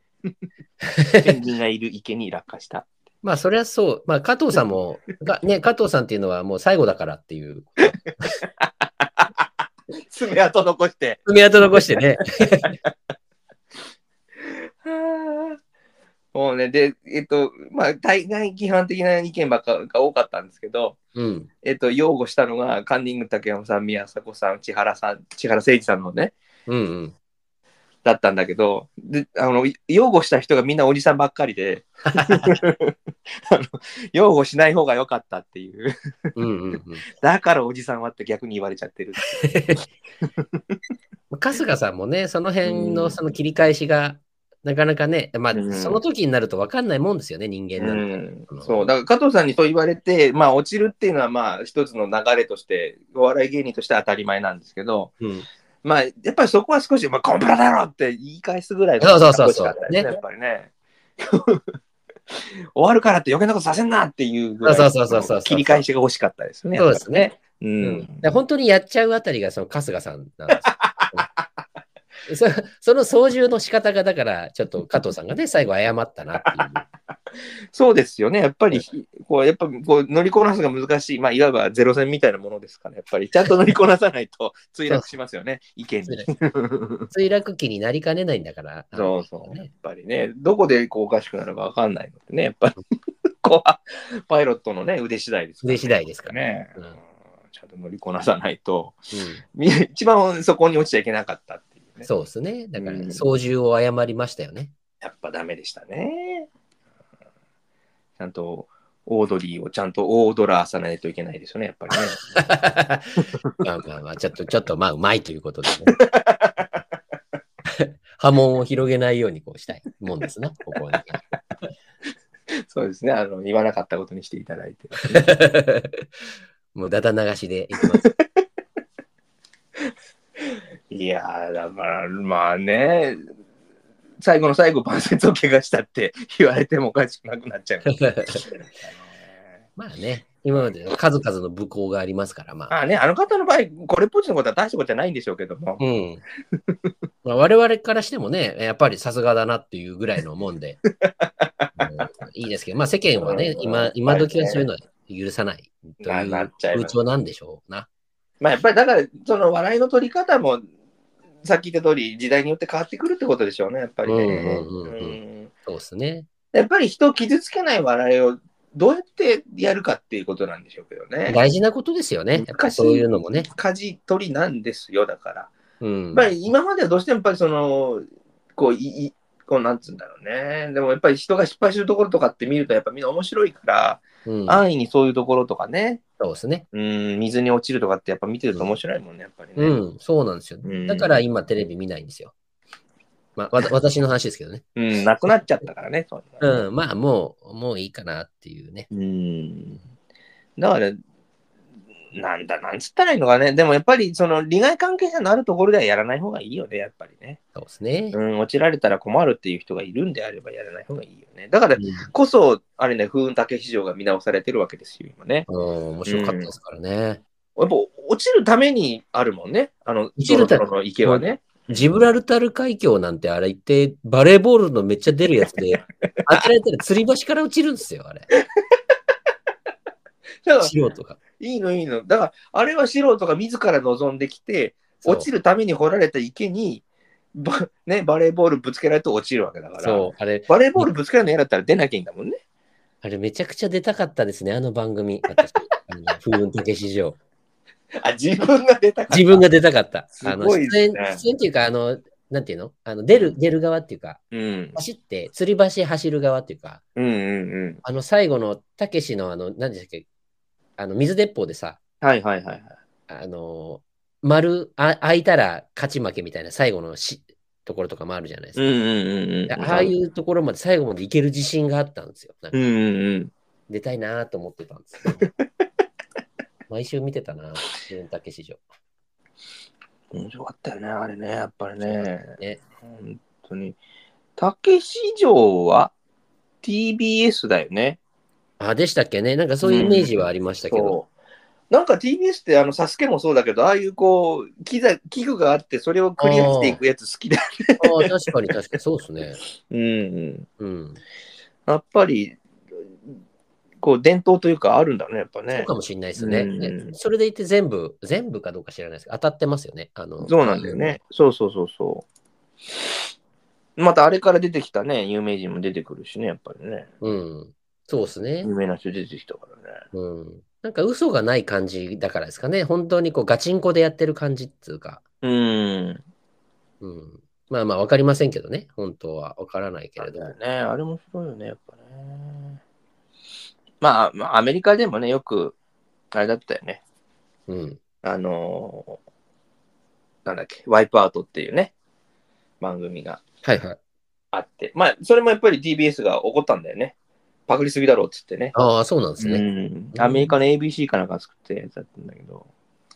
S2: ペンギンがいる池に落下した。
S3: まあそりゃそう。まあ加藤さん も、がね、加藤さんっていうのはもう最後だからっていう。
S2: 爪痕残して。
S3: 爪痕残してね。
S2: もうね、で、えっと、まあ、大概批判的な意見ばっかが多かったんですけど、
S3: うん。
S2: えっと、擁護したのが、カンニング竹山さん、宮迫さん、千原さん、千原誠二さんのね、
S3: うんうん。
S2: だったんだけど、で、あの、擁護した人がみんなおじさんばっかりで、あの擁護しない方が良かったっていう、
S3: うんうんうん
S2: だからおじさんはって逆に言われちゃってる。
S3: まあ春日さんもね、その辺
S2: う
S3: の
S2: ん
S3: その切り返しが、なかなかね、まあ、
S2: うん
S3: その時になると分かんないもんですよね、人間
S2: う
S3: なんて。
S2: ん、そう、だから加藤さんにそう言われて、まあ、落ちるっていうのは、まあ、一つの流れとして、お笑い芸人としては当たり前なんですけど、
S3: うん
S2: まあ、やっぱりそこは少し、まあ、コンプラだろって言い返すぐらいの
S3: そうそうそうそう
S2: かっこよ
S3: ね
S2: かったですねやっぱりね。 終わるからって余計なことさせんなっていうぐらい
S3: そうそうそうそうそう
S2: 切り返しが欲しかったですよね。
S3: そうですね。
S2: う
S3: うんだか
S2: ん。
S3: ら本当にやっちゃうあたりがその春日さんなん ですよそその操縦の仕方がだからちょっと加藤さん がね最後謝ったなっていう
S2: そうですよね。やっぱり、こう、やっぱこう乗りこなすのが難しい、まあ、いわばゼロ戦みたいなものですから、やっぱり、ちゃんと乗りこなさない と墜落しますよね、意見に。
S3: 墜落機になりかねないんだから
S2: そうそう。やっ
S3: ね
S2: ぱりね、どこでこうおかしくなるかわかんないのでね、やっ ぱり、ここはパイロットのね、腕次第ですから
S3: 腕次第ですから
S2: ね。
S3: うん
S2: ちゃんと乗りこなさないと、み一番そこに落ちちゃいけなかったっていう
S3: うん
S2: ね。
S3: そうですねだから
S2: うん
S3: 操縦を誤りましたよね
S2: やっぱダメでしたね。ちゃんと、オードリーをちゃんとオードラーさないといけないですよね、やっぱりね。
S3: まあまあまあちょっとちょっとまあうまいとい うことでね波紋を広げないようにこうしたいもんですねここはね
S2: そうですね。あの、言わなかったことにしていただいて。
S3: もうだだ流しでいきます
S2: いやー、だから、まあね、最後の最後、関節を怪我したって言われてもおかしくなくなっちゃう。
S3: まあね、今までの数々の武功がありますから、まあ。
S2: まあね、あの方の場合、これっぽっちのことは大したことじゃないんでしょうけども
S3: う、ん。まあ、我々からしてもね、やっぱりさすがだなっていうぐらいのもんで、うんいいですけど、まあ世間はね
S2: う、ん
S3: 今、今時はそういうのは許さないと
S2: まあ
S3: い
S2: なっ
S3: う
S2: ちゃいます
S3: 風潮なんでしょうな。
S2: まあやっぱりだから、その笑いの取り方も、さっき言った通り、時代によって変わってくるってことでしょうね、やっぱりね。
S3: うんうんうんうん
S2: うん
S3: そうですね。
S2: やっぱり人を傷つけない笑いをどうやってやるかっていうことなんでしょうけどね。
S3: 大事なことですよね。やっぱりそういうのもね。
S2: 舵取りなんですよ、だから。
S3: うん
S2: やっ。ぱり今まではどうしてもやっぱりその、こう、いいこうなんつうんだろうね。でもやっぱり人が失敗するところとかって見るとやっぱみんな面白いから、
S3: うん
S2: 安易にそういうところとかね、
S3: そうですね。
S2: うん、水に落ちるとかってやっぱ見てると面白いもんね、やっぱりね。
S3: う、ん、そうなんですよ
S2: う。ん
S3: だから今テレビ見ないんですよ。まあ、わた私の話ですけどね。
S2: うん、なくなっちゃったからね、そういうの
S3: うん、まあもう、もういいかなっていうね。
S2: うん。だから、なんだ、なんつったらいいのかね。でもやっぱりその利害関係者のあるところではやらない方がいいよね、やっぱりね。
S3: そうですね。
S2: うん、落ちられたら困るっていう人がいるんであればやらない方がいいよね。だから
S3: うん
S2: こそ、あれね、風雲竹市場が見直されてるわけですよ、今ね。
S3: うん、面白かったですからね。
S2: やっぱ落ちるためにあるもんね、あの、
S3: 落ちるた
S2: ドロ
S3: め
S2: ドロの池はね。
S3: ジブラルタル海峡なんてあれ言って、バレーボールのめっちゃ出るやつ で、当てられたら吊り橋から落ちるんですよ、あれ。
S2: だから、
S3: 素人が。
S2: いいのいいの。だから、あれは素人が自ら望んできて、落ち
S3: る
S2: るために掘られた池に、ばね、バレーボールぶつけられて落ちるわけだか。
S3: からそう、あれ、
S2: バレーボールぶつけられるの嫌だったら出なきゃいいんだもんね。
S3: あれめちゃくちゃ出たかったですね、あの番組。私あの風雲竹市 場。
S2: あ、自分が出たから。
S3: 自分が出たかった。あの
S2: すごい
S3: 出
S2: です
S3: 演、
S2: ね
S3: 出演っていうか、あの、なんていうのあの出る、出る側っていうか、
S2: うん。
S3: 走って、吊り橋走る側っていうか、
S2: うんうんうん。
S3: あの最後のたけしのあの、何でしたっけ、あの水鉄砲でさ、
S2: はいはいはいはい。
S3: あの、丸あ、開いたら勝ち負けみたいな最後のしところとかもあるじゃないです
S2: うん
S3: か。
S2: うんうんうん。
S3: でああいうところまで最後までいける自信があったんですよ。なん
S2: う
S3: か
S2: んうんうん。
S3: 出たいなと思ってたんですよ。毎週見てたな、自分たけし城。
S2: 面白かったよね、あれね、やっぱりね。
S3: ね
S2: 本当に。たけし城は TBS だよね。
S3: あ、でしたっけねなんかそういうイメージはありましたけど。
S2: そうなんか TBS って、あの、サスケもそうだけど、ああいうこう、機材、器具があって、それをクリアしていくやつ好きだ。
S3: ああ確かに確かに、そうですね。
S2: うんうん。
S3: うん。
S2: やっぱり、こう、伝統というか、あるんだね、やっぱ
S3: そう
S2: ね
S3: か。もしれないですね。
S2: うん
S3: ねそれでいて全部、全部かどうか知らないですけど、当たってますよね。あの
S2: そうなんだよね。。そうそうそうそう。またあれから出てきたね、有名人も出てくるしね、やっぱりね。
S3: うん。そうですね
S2: 有。名な人出てきたからね。
S3: うん。なんか嘘がない感じだからですかね。本当にこうガチンコでやってる感じっていうか。
S2: うん。
S3: うん。まあまあ、わかりませんけどね。本当はわからないけれども。
S2: ね、あれ面白いよね、やっぱね。まあ、まあ、アメリカでもね、よく、あれだったよね。
S3: うん。
S2: あのーなんだっけ、ワイプアウトっていうね、番組が
S3: はいはい。
S2: あって。まあ、それもやっぱり TBS が怒ったんだよね。パクりすぎだろうっつってね。
S3: ああ、そうなんです
S2: う
S3: ね。
S2: ん、アメリカの ABC かなんか作ってやつだったんだけど、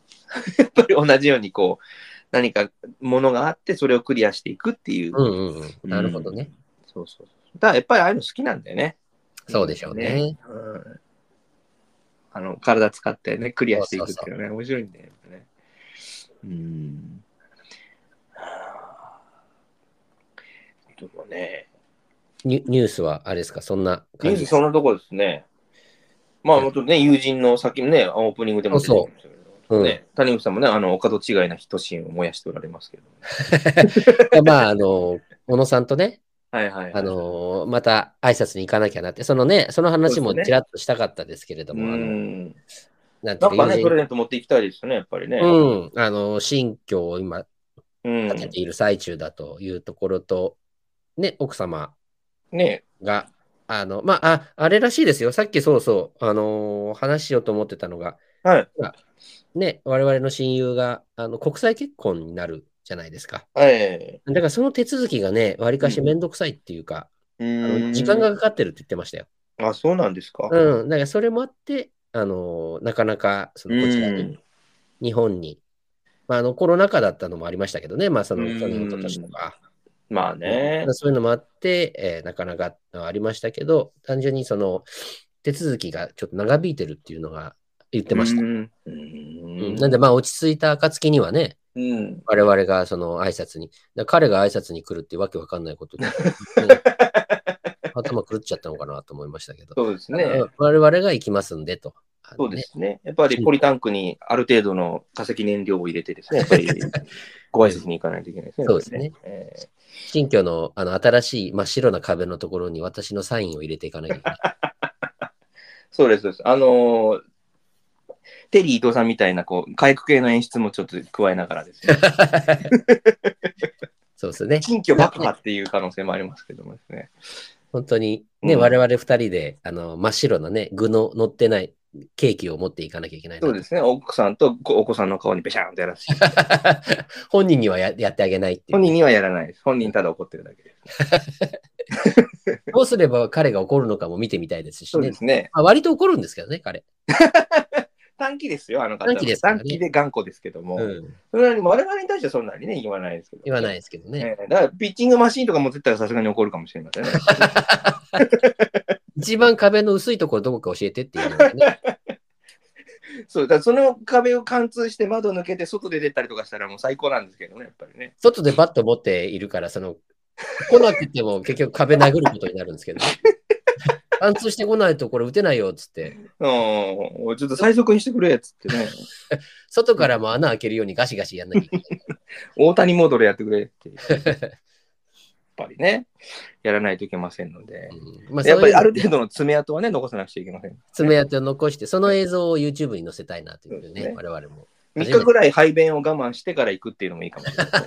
S2: やっぱり同じようにこう、何かものがあって、それをクリアしていくっていう。
S3: うんうんうん。なるほどね。
S2: そうそうそう。だからやっぱりああいうの好きなんだよね。
S3: そうでしょうね。
S2: うんあの、体使ってね、クリアしていくっていうのはね、面白いんだよね。うん。はあでもね、
S3: ニュニュースはあれですか、そんな
S2: ニュ
S3: 感
S2: ー
S3: じ
S2: スそんなとこですね。まあ、もっとね、友人の先ね、オープニングでも出てきましたけ
S3: そうう
S2: ど、
S3: ん
S2: ね、谷口さんもね、あの、お門違いな人心を燃やしておられますけど、
S3: まあ、あの、小野さんとね、
S2: はいはいはい。
S3: あのーまた挨拶に行かなきゃなって、そのね、その話
S2: そ
S3: も
S2: うですね
S3: ちらっとしたかったですけれど
S2: う
S3: も、あの
S2: ん。
S3: なんてい
S2: な
S3: うん
S2: か
S3: か、
S2: ね、
S3: 友
S2: プレ
S3: 人
S2: ゼント持っていきたいですよね、やっぱりね。
S3: うん、あのー新居を今
S2: うん。
S3: 建てている最中だというところと、ね、奥様
S2: ね
S3: が、あの、まあ、あ、あれらしいですよ。さっきそうそう、あのー話しようと思ってたのが、
S2: はい。
S3: ね、我々の親友が、あの、国際結婚になるじゃないですか。
S2: はい。
S3: だからその手続きがね、わりかしめんどくさいっていうか、
S2: う
S3: あの
S2: ん
S3: 時間がかかってるって言ってましたよ。
S2: あ、そうなんですか。
S3: うん、だからそれもあって、あのーなかなかそのこちらに、日本に、まあ、あのコロナ禍だったのもありましたけどね、まあ、その
S2: うん
S3: 去年、一昨年とか、
S2: まあね。
S3: そういうのもあって、えーなかなかありましたけど、単純にその手続きがちょっと長引いてるっていうのが言ってました。
S2: う
S3: う
S2: ん。
S3: んなんで、まあ、落ち着いた暁にはね、
S2: うん。
S3: 我々がその挨拶に、だから彼が挨拶に来るってわけわかんないこ とで、ね頭狂っちゃったのかなと思いましたけど、
S2: そうですね。
S3: うん我々が行きますんでと。あ
S2: そう
S3: のね
S2: ですね。やっぱりポリタンクにある程度の化石燃料を入れて ですね、やっぱりご挨拶に行かないといけないですね。
S3: そうですね
S2: えー
S3: 新居のあの新しい真っ白な壁のところに私のサインを入れていかなきゃいけない。
S2: そうです、そうです。あのーテリー伊藤さんみたいな、こう、回復系の演出もちょっと加えながら ですね、
S3: そうですね。
S2: 新居爆破っていう可能性もありますけども ですね。
S3: 本当にね、
S2: うん
S3: 我々二人であの真っ白なね、具の乗ってないケーキを持っていかなきゃいけないな
S2: そうですね。奥さんとお子さんの顔にべしゃんとやら せて、
S3: 本人にはややってあげないってい
S2: 本
S3: う。
S2: 人にはやらないです。本人ただ怒ってるだけです。
S3: どうすれば彼が怒るのかも見てみたいですし
S2: そう
S3: ね
S2: で。すね。
S3: まあ、割と怒るんですけどね、彼。
S2: 短期ですよ、あの方は。
S3: 短期ですからね
S2: 短期で頑固ですけども。
S3: うん、
S2: それなりに我々に対してはそんなにね、言わないですけど。
S3: 言わない
S2: い。
S3: ですけどね。
S2: だから、ピッチングマシーンとか持ってったらさすがに怒るかもしれませ んね。
S3: 一番壁の薄いところどこか教えてっていうのが ね。
S2: そう、だからその壁を貫通して窓抜けて外で出たりとかしたらもう最高なんですけどね、やっぱりね。
S3: 外でバット持っているから、その、来なく ても結局壁殴ることになるんですけど、ね、貫通してこないとこれ打てないよっつって、
S2: うん、ちょっと最速にしてくれっつって ね。
S3: 外からも穴開けるようにガシガシやんなきゃいけない。
S2: 大谷モードでやってくれって。やっぱりね、やらないといけませんので。
S3: うんまあ、
S2: や
S3: や
S2: っぱ
S3: っぱ
S2: り
S3: り
S2: あ
S3: あ
S2: る
S3: る
S2: 程度の爪痕はね、残さなくちゃいけません。
S3: 爪痕を残して、その映像を YouTube に載せたいなという
S2: そうで
S3: ね、
S2: すね
S3: 我々も。
S2: 3日くらい排便を我慢してから行くっていうのもいいかもしれない。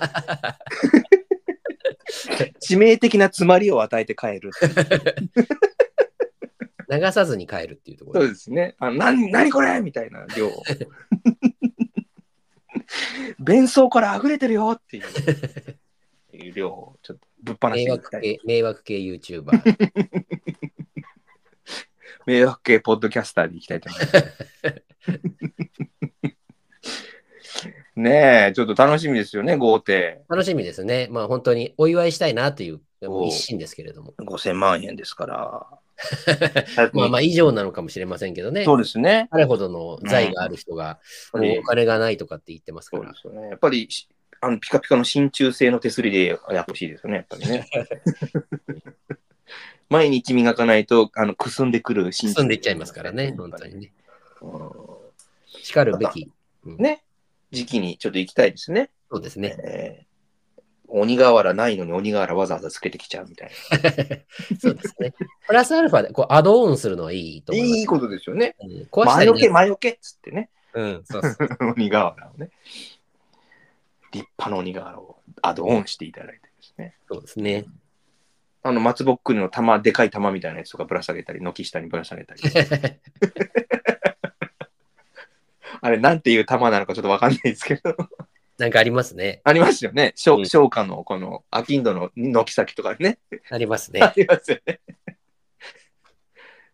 S2: 致命的な詰まりを与えて帰る。
S3: 流さずに帰るっていうとこ
S2: そ
S3: ろ
S2: う。ですね。あ何何これみたいな 量を。弁奏から溢れてるよっていういう量をちょっとぶっ放し
S3: 迷
S2: ていき
S3: 惑
S2: た い。
S3: 系、迷惑系 YouTuber。
S2: 迷惑系ポッドキャスターでいきたいと思います。 ねえ、ちょっと楽しみですよね、豪邸。
S3: 楽しみですね。 まあ本当にお祝いしたいなという
S2: おう
S3: 一心ですけれども。
S2: 5000万円ですから。
S3: まあまあ以上なのかもしれませんけどね。
S2: そうですね。
S3: あれほどの財がある人が、
S2: やっぱ
S3: もう
S2: り
S3: お金がないとかって言ってますか
S2: そうで
S3: ら。
S2: すよね。やっぱりし、あのピカピカの真鍮製の手すりでやってほしいですよね、やっぱりね。 毎日磨かないと、あの、くすんでくる真鍮。
S3: 進んでいっちゃいますからね、本当にね。
S2: うん。
S3: しかるべき。うん
S2: ね。時期にちょっと行きたいですね。
S3: そうですね。
S2: えー鬼瓦ないのに鬼瓦わざわざつけてきちゃうみたい
S3: そうですね。プラスアルファでこうアドオンするのはいいと
S2: な。
S3: 思います。
S2: いいことですよね。
S3: うん壊した
S2: 魔
S3: り
S2: 除
S3: ね
S2: け、魔除けっつってね。
S3: うん、そうそう
S2: 鬼瓦をね。立派な鬼瓦をアドオンしていただいてですね。
S3: そうですね。
S2: あの、松ぼっくりの玉、でかい玉みたいなやつとかぶら下げたり、軒下にぶら下げたり。あれ、なんていう玉なのかちょっとわかんないですけど。
S3: なんかありますね。
S2: ありますよね。しょ
S3: う
S2: うん商家のこの、アキンドの軒先とかね。
S3: あります ね
S2: あ。りますよね。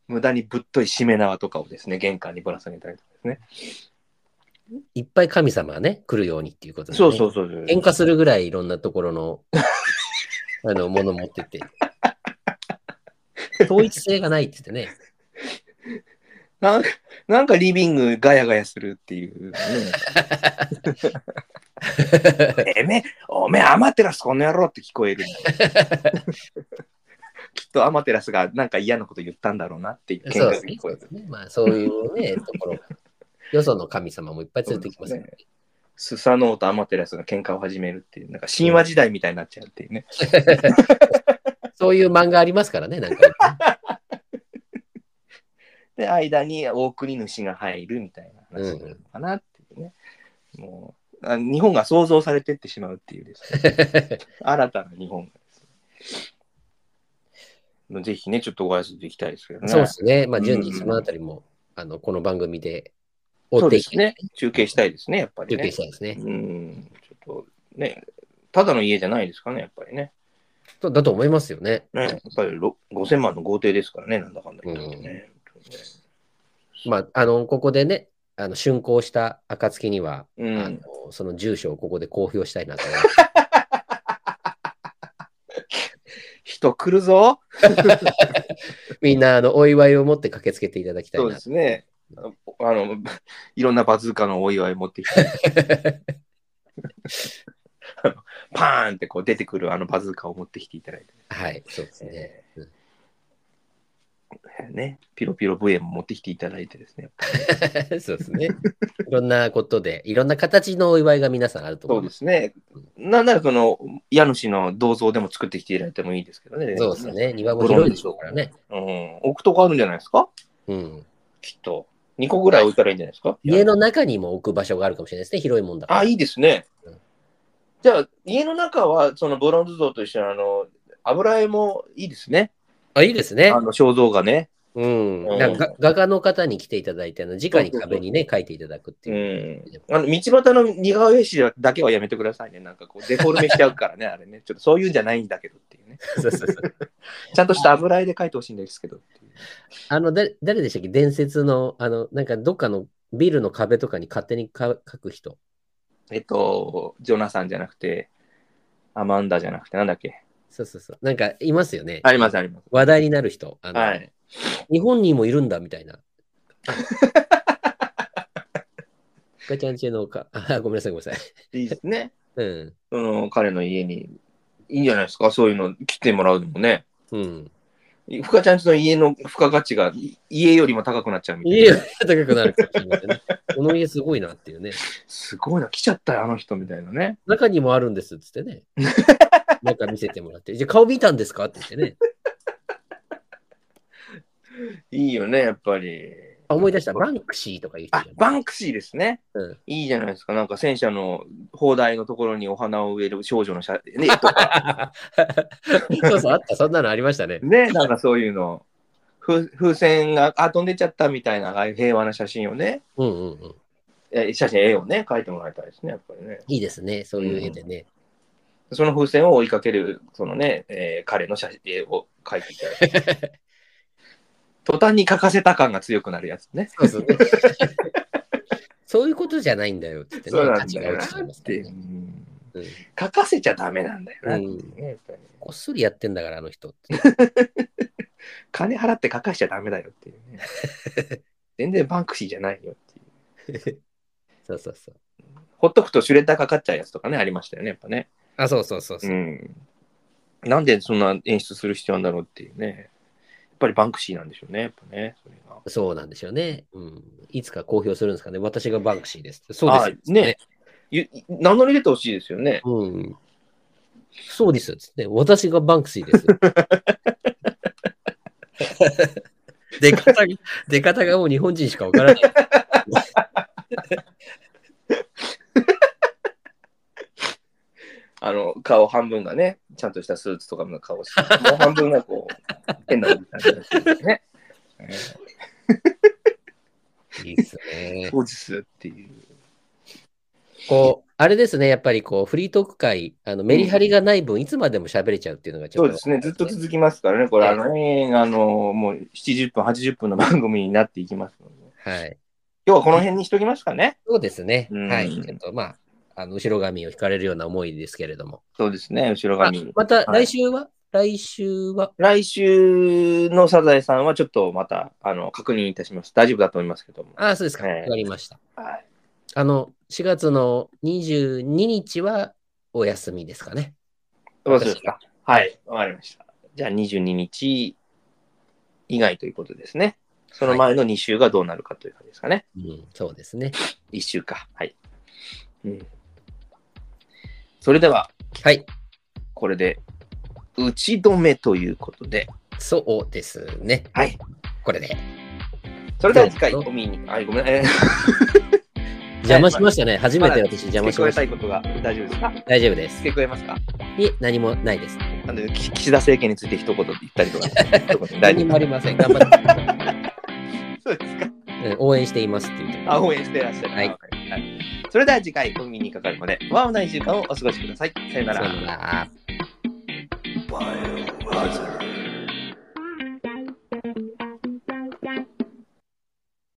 S2: 無駄にぶっといしめ縄とかをですね、玄関にぶら下げたりとかですね。
S3: いっぱい神様がね、来るようにっていうことで、ね。
S2: そうそうそうそう。
S3: 喧嘩するぐらいいろんなところの、 あの、もの持ってて。統一性がないって言ってね。
S2: なんか、なんかリビングガヤガヤするっていう、ね。 てめえ、おめえアマテラスこの野郎って聞こえるんだよ きっとアマテラスがなんか嫌なこと言ったんだろうなっていう
S3: そう
S2: 喧嘩
S3: です
S2: が
S3: ね
S2: 聞。こえる。
S3: まあ、そういう ね、ところが。よその神様もいっぱい連れてきますよね。
S2: スサノオとアマテラスが喧嘩を始めるっていう、なんか神話時代みたいになっちゃうっていうね。
S3: そういう漫画ありますからね、なんか。
S2: で、間に大国主が入るみたいな話になるのかなっていうね。もうあ、日本が想像されてってしまうっていうですね。 新たな日本がですね。ぜひね、ちょっとご挨拶できたいですけどね。
S3: そうですね。まあ、
S2: うん
S3: 順次そのあたりも、あの、この番組で追
S2: そ
S3: っ
S2: う
S3: て
S2: で
S3: い
S2: す
S3: き、
S2: ね。中継したいですね、やっぱり
S3: 中
S2: ね。
S3: 継したいですね。
S2: うん、ちょっとね、ただの家じゃないですかね、やっぱりね。
S3: とだと思いますよね。
S2: ねやっぱりろ5000万の豪邸ですからね、なんだかんだ言ってね。
S3: まあ、あの、ここでね、あの、竣工した暁には、
S2: う
S3: あ
S2: ん、
S3: のその住所をここで公表したいなと思います。
S2: 人来るぞ
S3: みんな、あの、お祝いを持って駆けつけていただきたい
S2: そう
S3: な
S2: で。すね。あのあの、 いろんなバズーカのお祝い持ってきて、 パーンってこう出てくるあのバズーカを持ってきていただいて。
S3: はい、そうですね。
S2: ね、ピロピロブエも持ってきていただいてですね。
S3: そうですね。いろんなことで、いろんな形のお祝いが皆さんあると
S2: そ
S3: 思
S2: うで
S3: います。
S2: すね。なんならその、家主の銅像でも作ってきていただいてもいいですけどね。
S3: そうですね。庭も広いでしょうからね。
S2: うん、置くとこあるんじゃないですか
S3: うん。
S2: きっと。2個ぐらい置いたらいいんじゃないですか
S3: 家の中にも置く場所があるかもしれないですね。広いもんだから。
S2: あ、いいですね
S3: うん。
S2: じゃあ、家の中は、そのブロンズ像と一緒に、あの、油絵もいいですね。
S3: あ、いいですね
S2: あ。の、肖像画ね。
S3: うん。
S2: うん
S3: なんかが画家の方に来ていただいて、あの直に壁にね、書いていただくって
S2: う
S3: いう。
S2: ん。あの、道端の似顔絵師だけはやめてくださいね。なんかこう、デフォルメしちゃうからね、あ れね。ちょっとそういうんじゃないんだけどっていうね。
S3: そうそうそう
S2: ちゃんとした油絵で描いてほしいんですけどっていう。
S3: あの、だ誰でしたっけ伝説の、あの、なんかどっかのビルの壁とかに勝手にか書く人。
S2: えっと、ジョナサンじゃなくて、アマンダじゃなくて、なんだっけ。
S3: そうそうそう。なんかいますよね。
S2: あります、あります。
S3: 話題になる人。あの
S2: はい。
S3: 日本にもいるんだみた いな。ガチャンチェのか、あごめんなさい、ごめんなさい。
S2: いいですね。
S3: うん。
S2: その彼の家に、いいんじゃないですか、そういうの来てもらうのもね。
S3: うん。
S2: ふかちゃんちの家の付加価値がい家よりも高くなっちゃうみたい
S3: 家
S2: な。
S3: が高くなるかもしれませんね。この家すごいなっていうね。
S2: すごいな、来ちゃったよ、あの人みたいなね。
S3: 中にもあるんですっつっ てね。なんか見せてもらって。じゃあ顔見たんですかって言ってね。
S2: いいよね、やっぱり。
S3: あ思い出した。バンクシーとかいう人
S2: あ
S3: じゃん、
S2: バンクシーですね。
S3: うん
S2: いいじゃないですか。なんか戦車の砲台のところにお花を植える少女の写 ね、とか
S3: そうそう、あった。そんなのありましたね。
S2: ね、なんかそういうの。風風船が、あ、飛んでっちゃったみたいな、ああいう平和な写真をね、
S3: うんうんうん。
S2: え写真、絵をね、描いてもらいたいですね、やっぱりね。
S3: いいですね。そういう絵でね。
S2: その風船を追いかける、そのね、えー彼の写真絵を描いていただいて。途端に描かせた感が強くなるやつね。
S3: そうそう そういうことじゃないんだよって言って ね、
S2: そうな
S3: 価
S2: ん
S3: 値
S2: だ
S3: が
S2: よ
S3: 落
S2: な
S3: ちちゃいま
S2: っ
S3: すから
S2: て。
S3: ね。
S2: うん
S3: うん
S2: 書かせちゃダメなんだよなっていうね、やっぱりね
S3: こっそりやってんだから、あの人って。
S2: 金払って書かしちゃダメだよっていうね。全然バンクシーじゃないよっていう。
S3: そうそうそう。
S2: ほっとくとシュレッダーかかっちゃうやつとかね、ありましたよね、やっぱね。
S3: あ、そうそうそうそうう。
S2: ん。なんでそんな演出する必要なんだろうっていうね。やっぱりバンクシーなんでしょうね、やっぱね。それが
S3: そうなんですよね、うん。いつか公表するんですかね。私がバンクシーですって。そうですよ
S2: あね。ゆ名乗り出てほしいですよね。
S3: うん。そうですよっつって。私がバンクシーです。 出方が、出方がもう日本人しかわからない。
S2: あの、顔半分がね、ちゃんとしたスーツとかの顔して、 もう半分がこう、変なおじさんになってるね。えー
S3: いいですね。
S2: そうですっていう。
S3: こう、あれですね、やっぱりこう、フリートーク会、あのメリハリがない分、いつまでも喋れちゃうっていうのがち
S2: そ
S3: ょっ
S2: う
S3: と。
S2: ですね、ずっと続きますからね、これ、あの映画のもう70分、80分の番組になっていきますので、
S3: はい。
S2: 今日はこの辺にしときますかね。
S3: そうですね。
S2: うん
S3: はい。ちょっとまあ、あの後ろ髪を引かれるような思いですけれども。
S2: そうですね、後ろ
S3: あ
S2: 髪。
S3: また
S2: はい
S3: 来週は、来週は
S2: 来週のサザエさんはちょっとまたあの確認いたします。大丈夫だと思いますけども。
S3: ああ、そうですか。わ、
S2: ええ
S3: かりました。
S2: はい
S3: あの、4月の22日はお休みですかね。
S2: そうですか。はい、わかりました。じゃあ22日以外ということですね。その前の2週がどうなるかという感じですかね。
S3: うん、そうですね。
S2: 1週か。はい。うん、それでは、
S3: はい。
S2: これで打ち止めということで。
S3: そうですね。
S2: はい。
S3: これで。
S2: それでは次回
S3: ど
S2: お
S3: うぞ
S2: 見に。あ、ごめんね。
S3: 邪魔しましたね。初め
S2: ま
S3: て
S2: だ
S3: 私邪
S2: 付
S3: 魔
S2: け
S3: し
S2: 加
S3: ま
S2: え
S3: したた
S2: い。ことが大丈夫ですか付
S3: 大丈夫です。
S2: け加えますか
S3: いえ、何もないです。
S2: なんで、き岸田政権について一言言ったりとか。一 言大
S3: 何
S2: 丈
S3: もありません。頑張って。
S2: 夫そうですか。
S3: うん応援していますっていう。
S2: あ、応援してらっしゃる。
S3: はい
S2: わかりました。それでは次回お見にかかるので、ワオな一週間をお過ごしください。さよな
S3: さよ
S2: ら
S3: な。ら。
S1: Biohazard.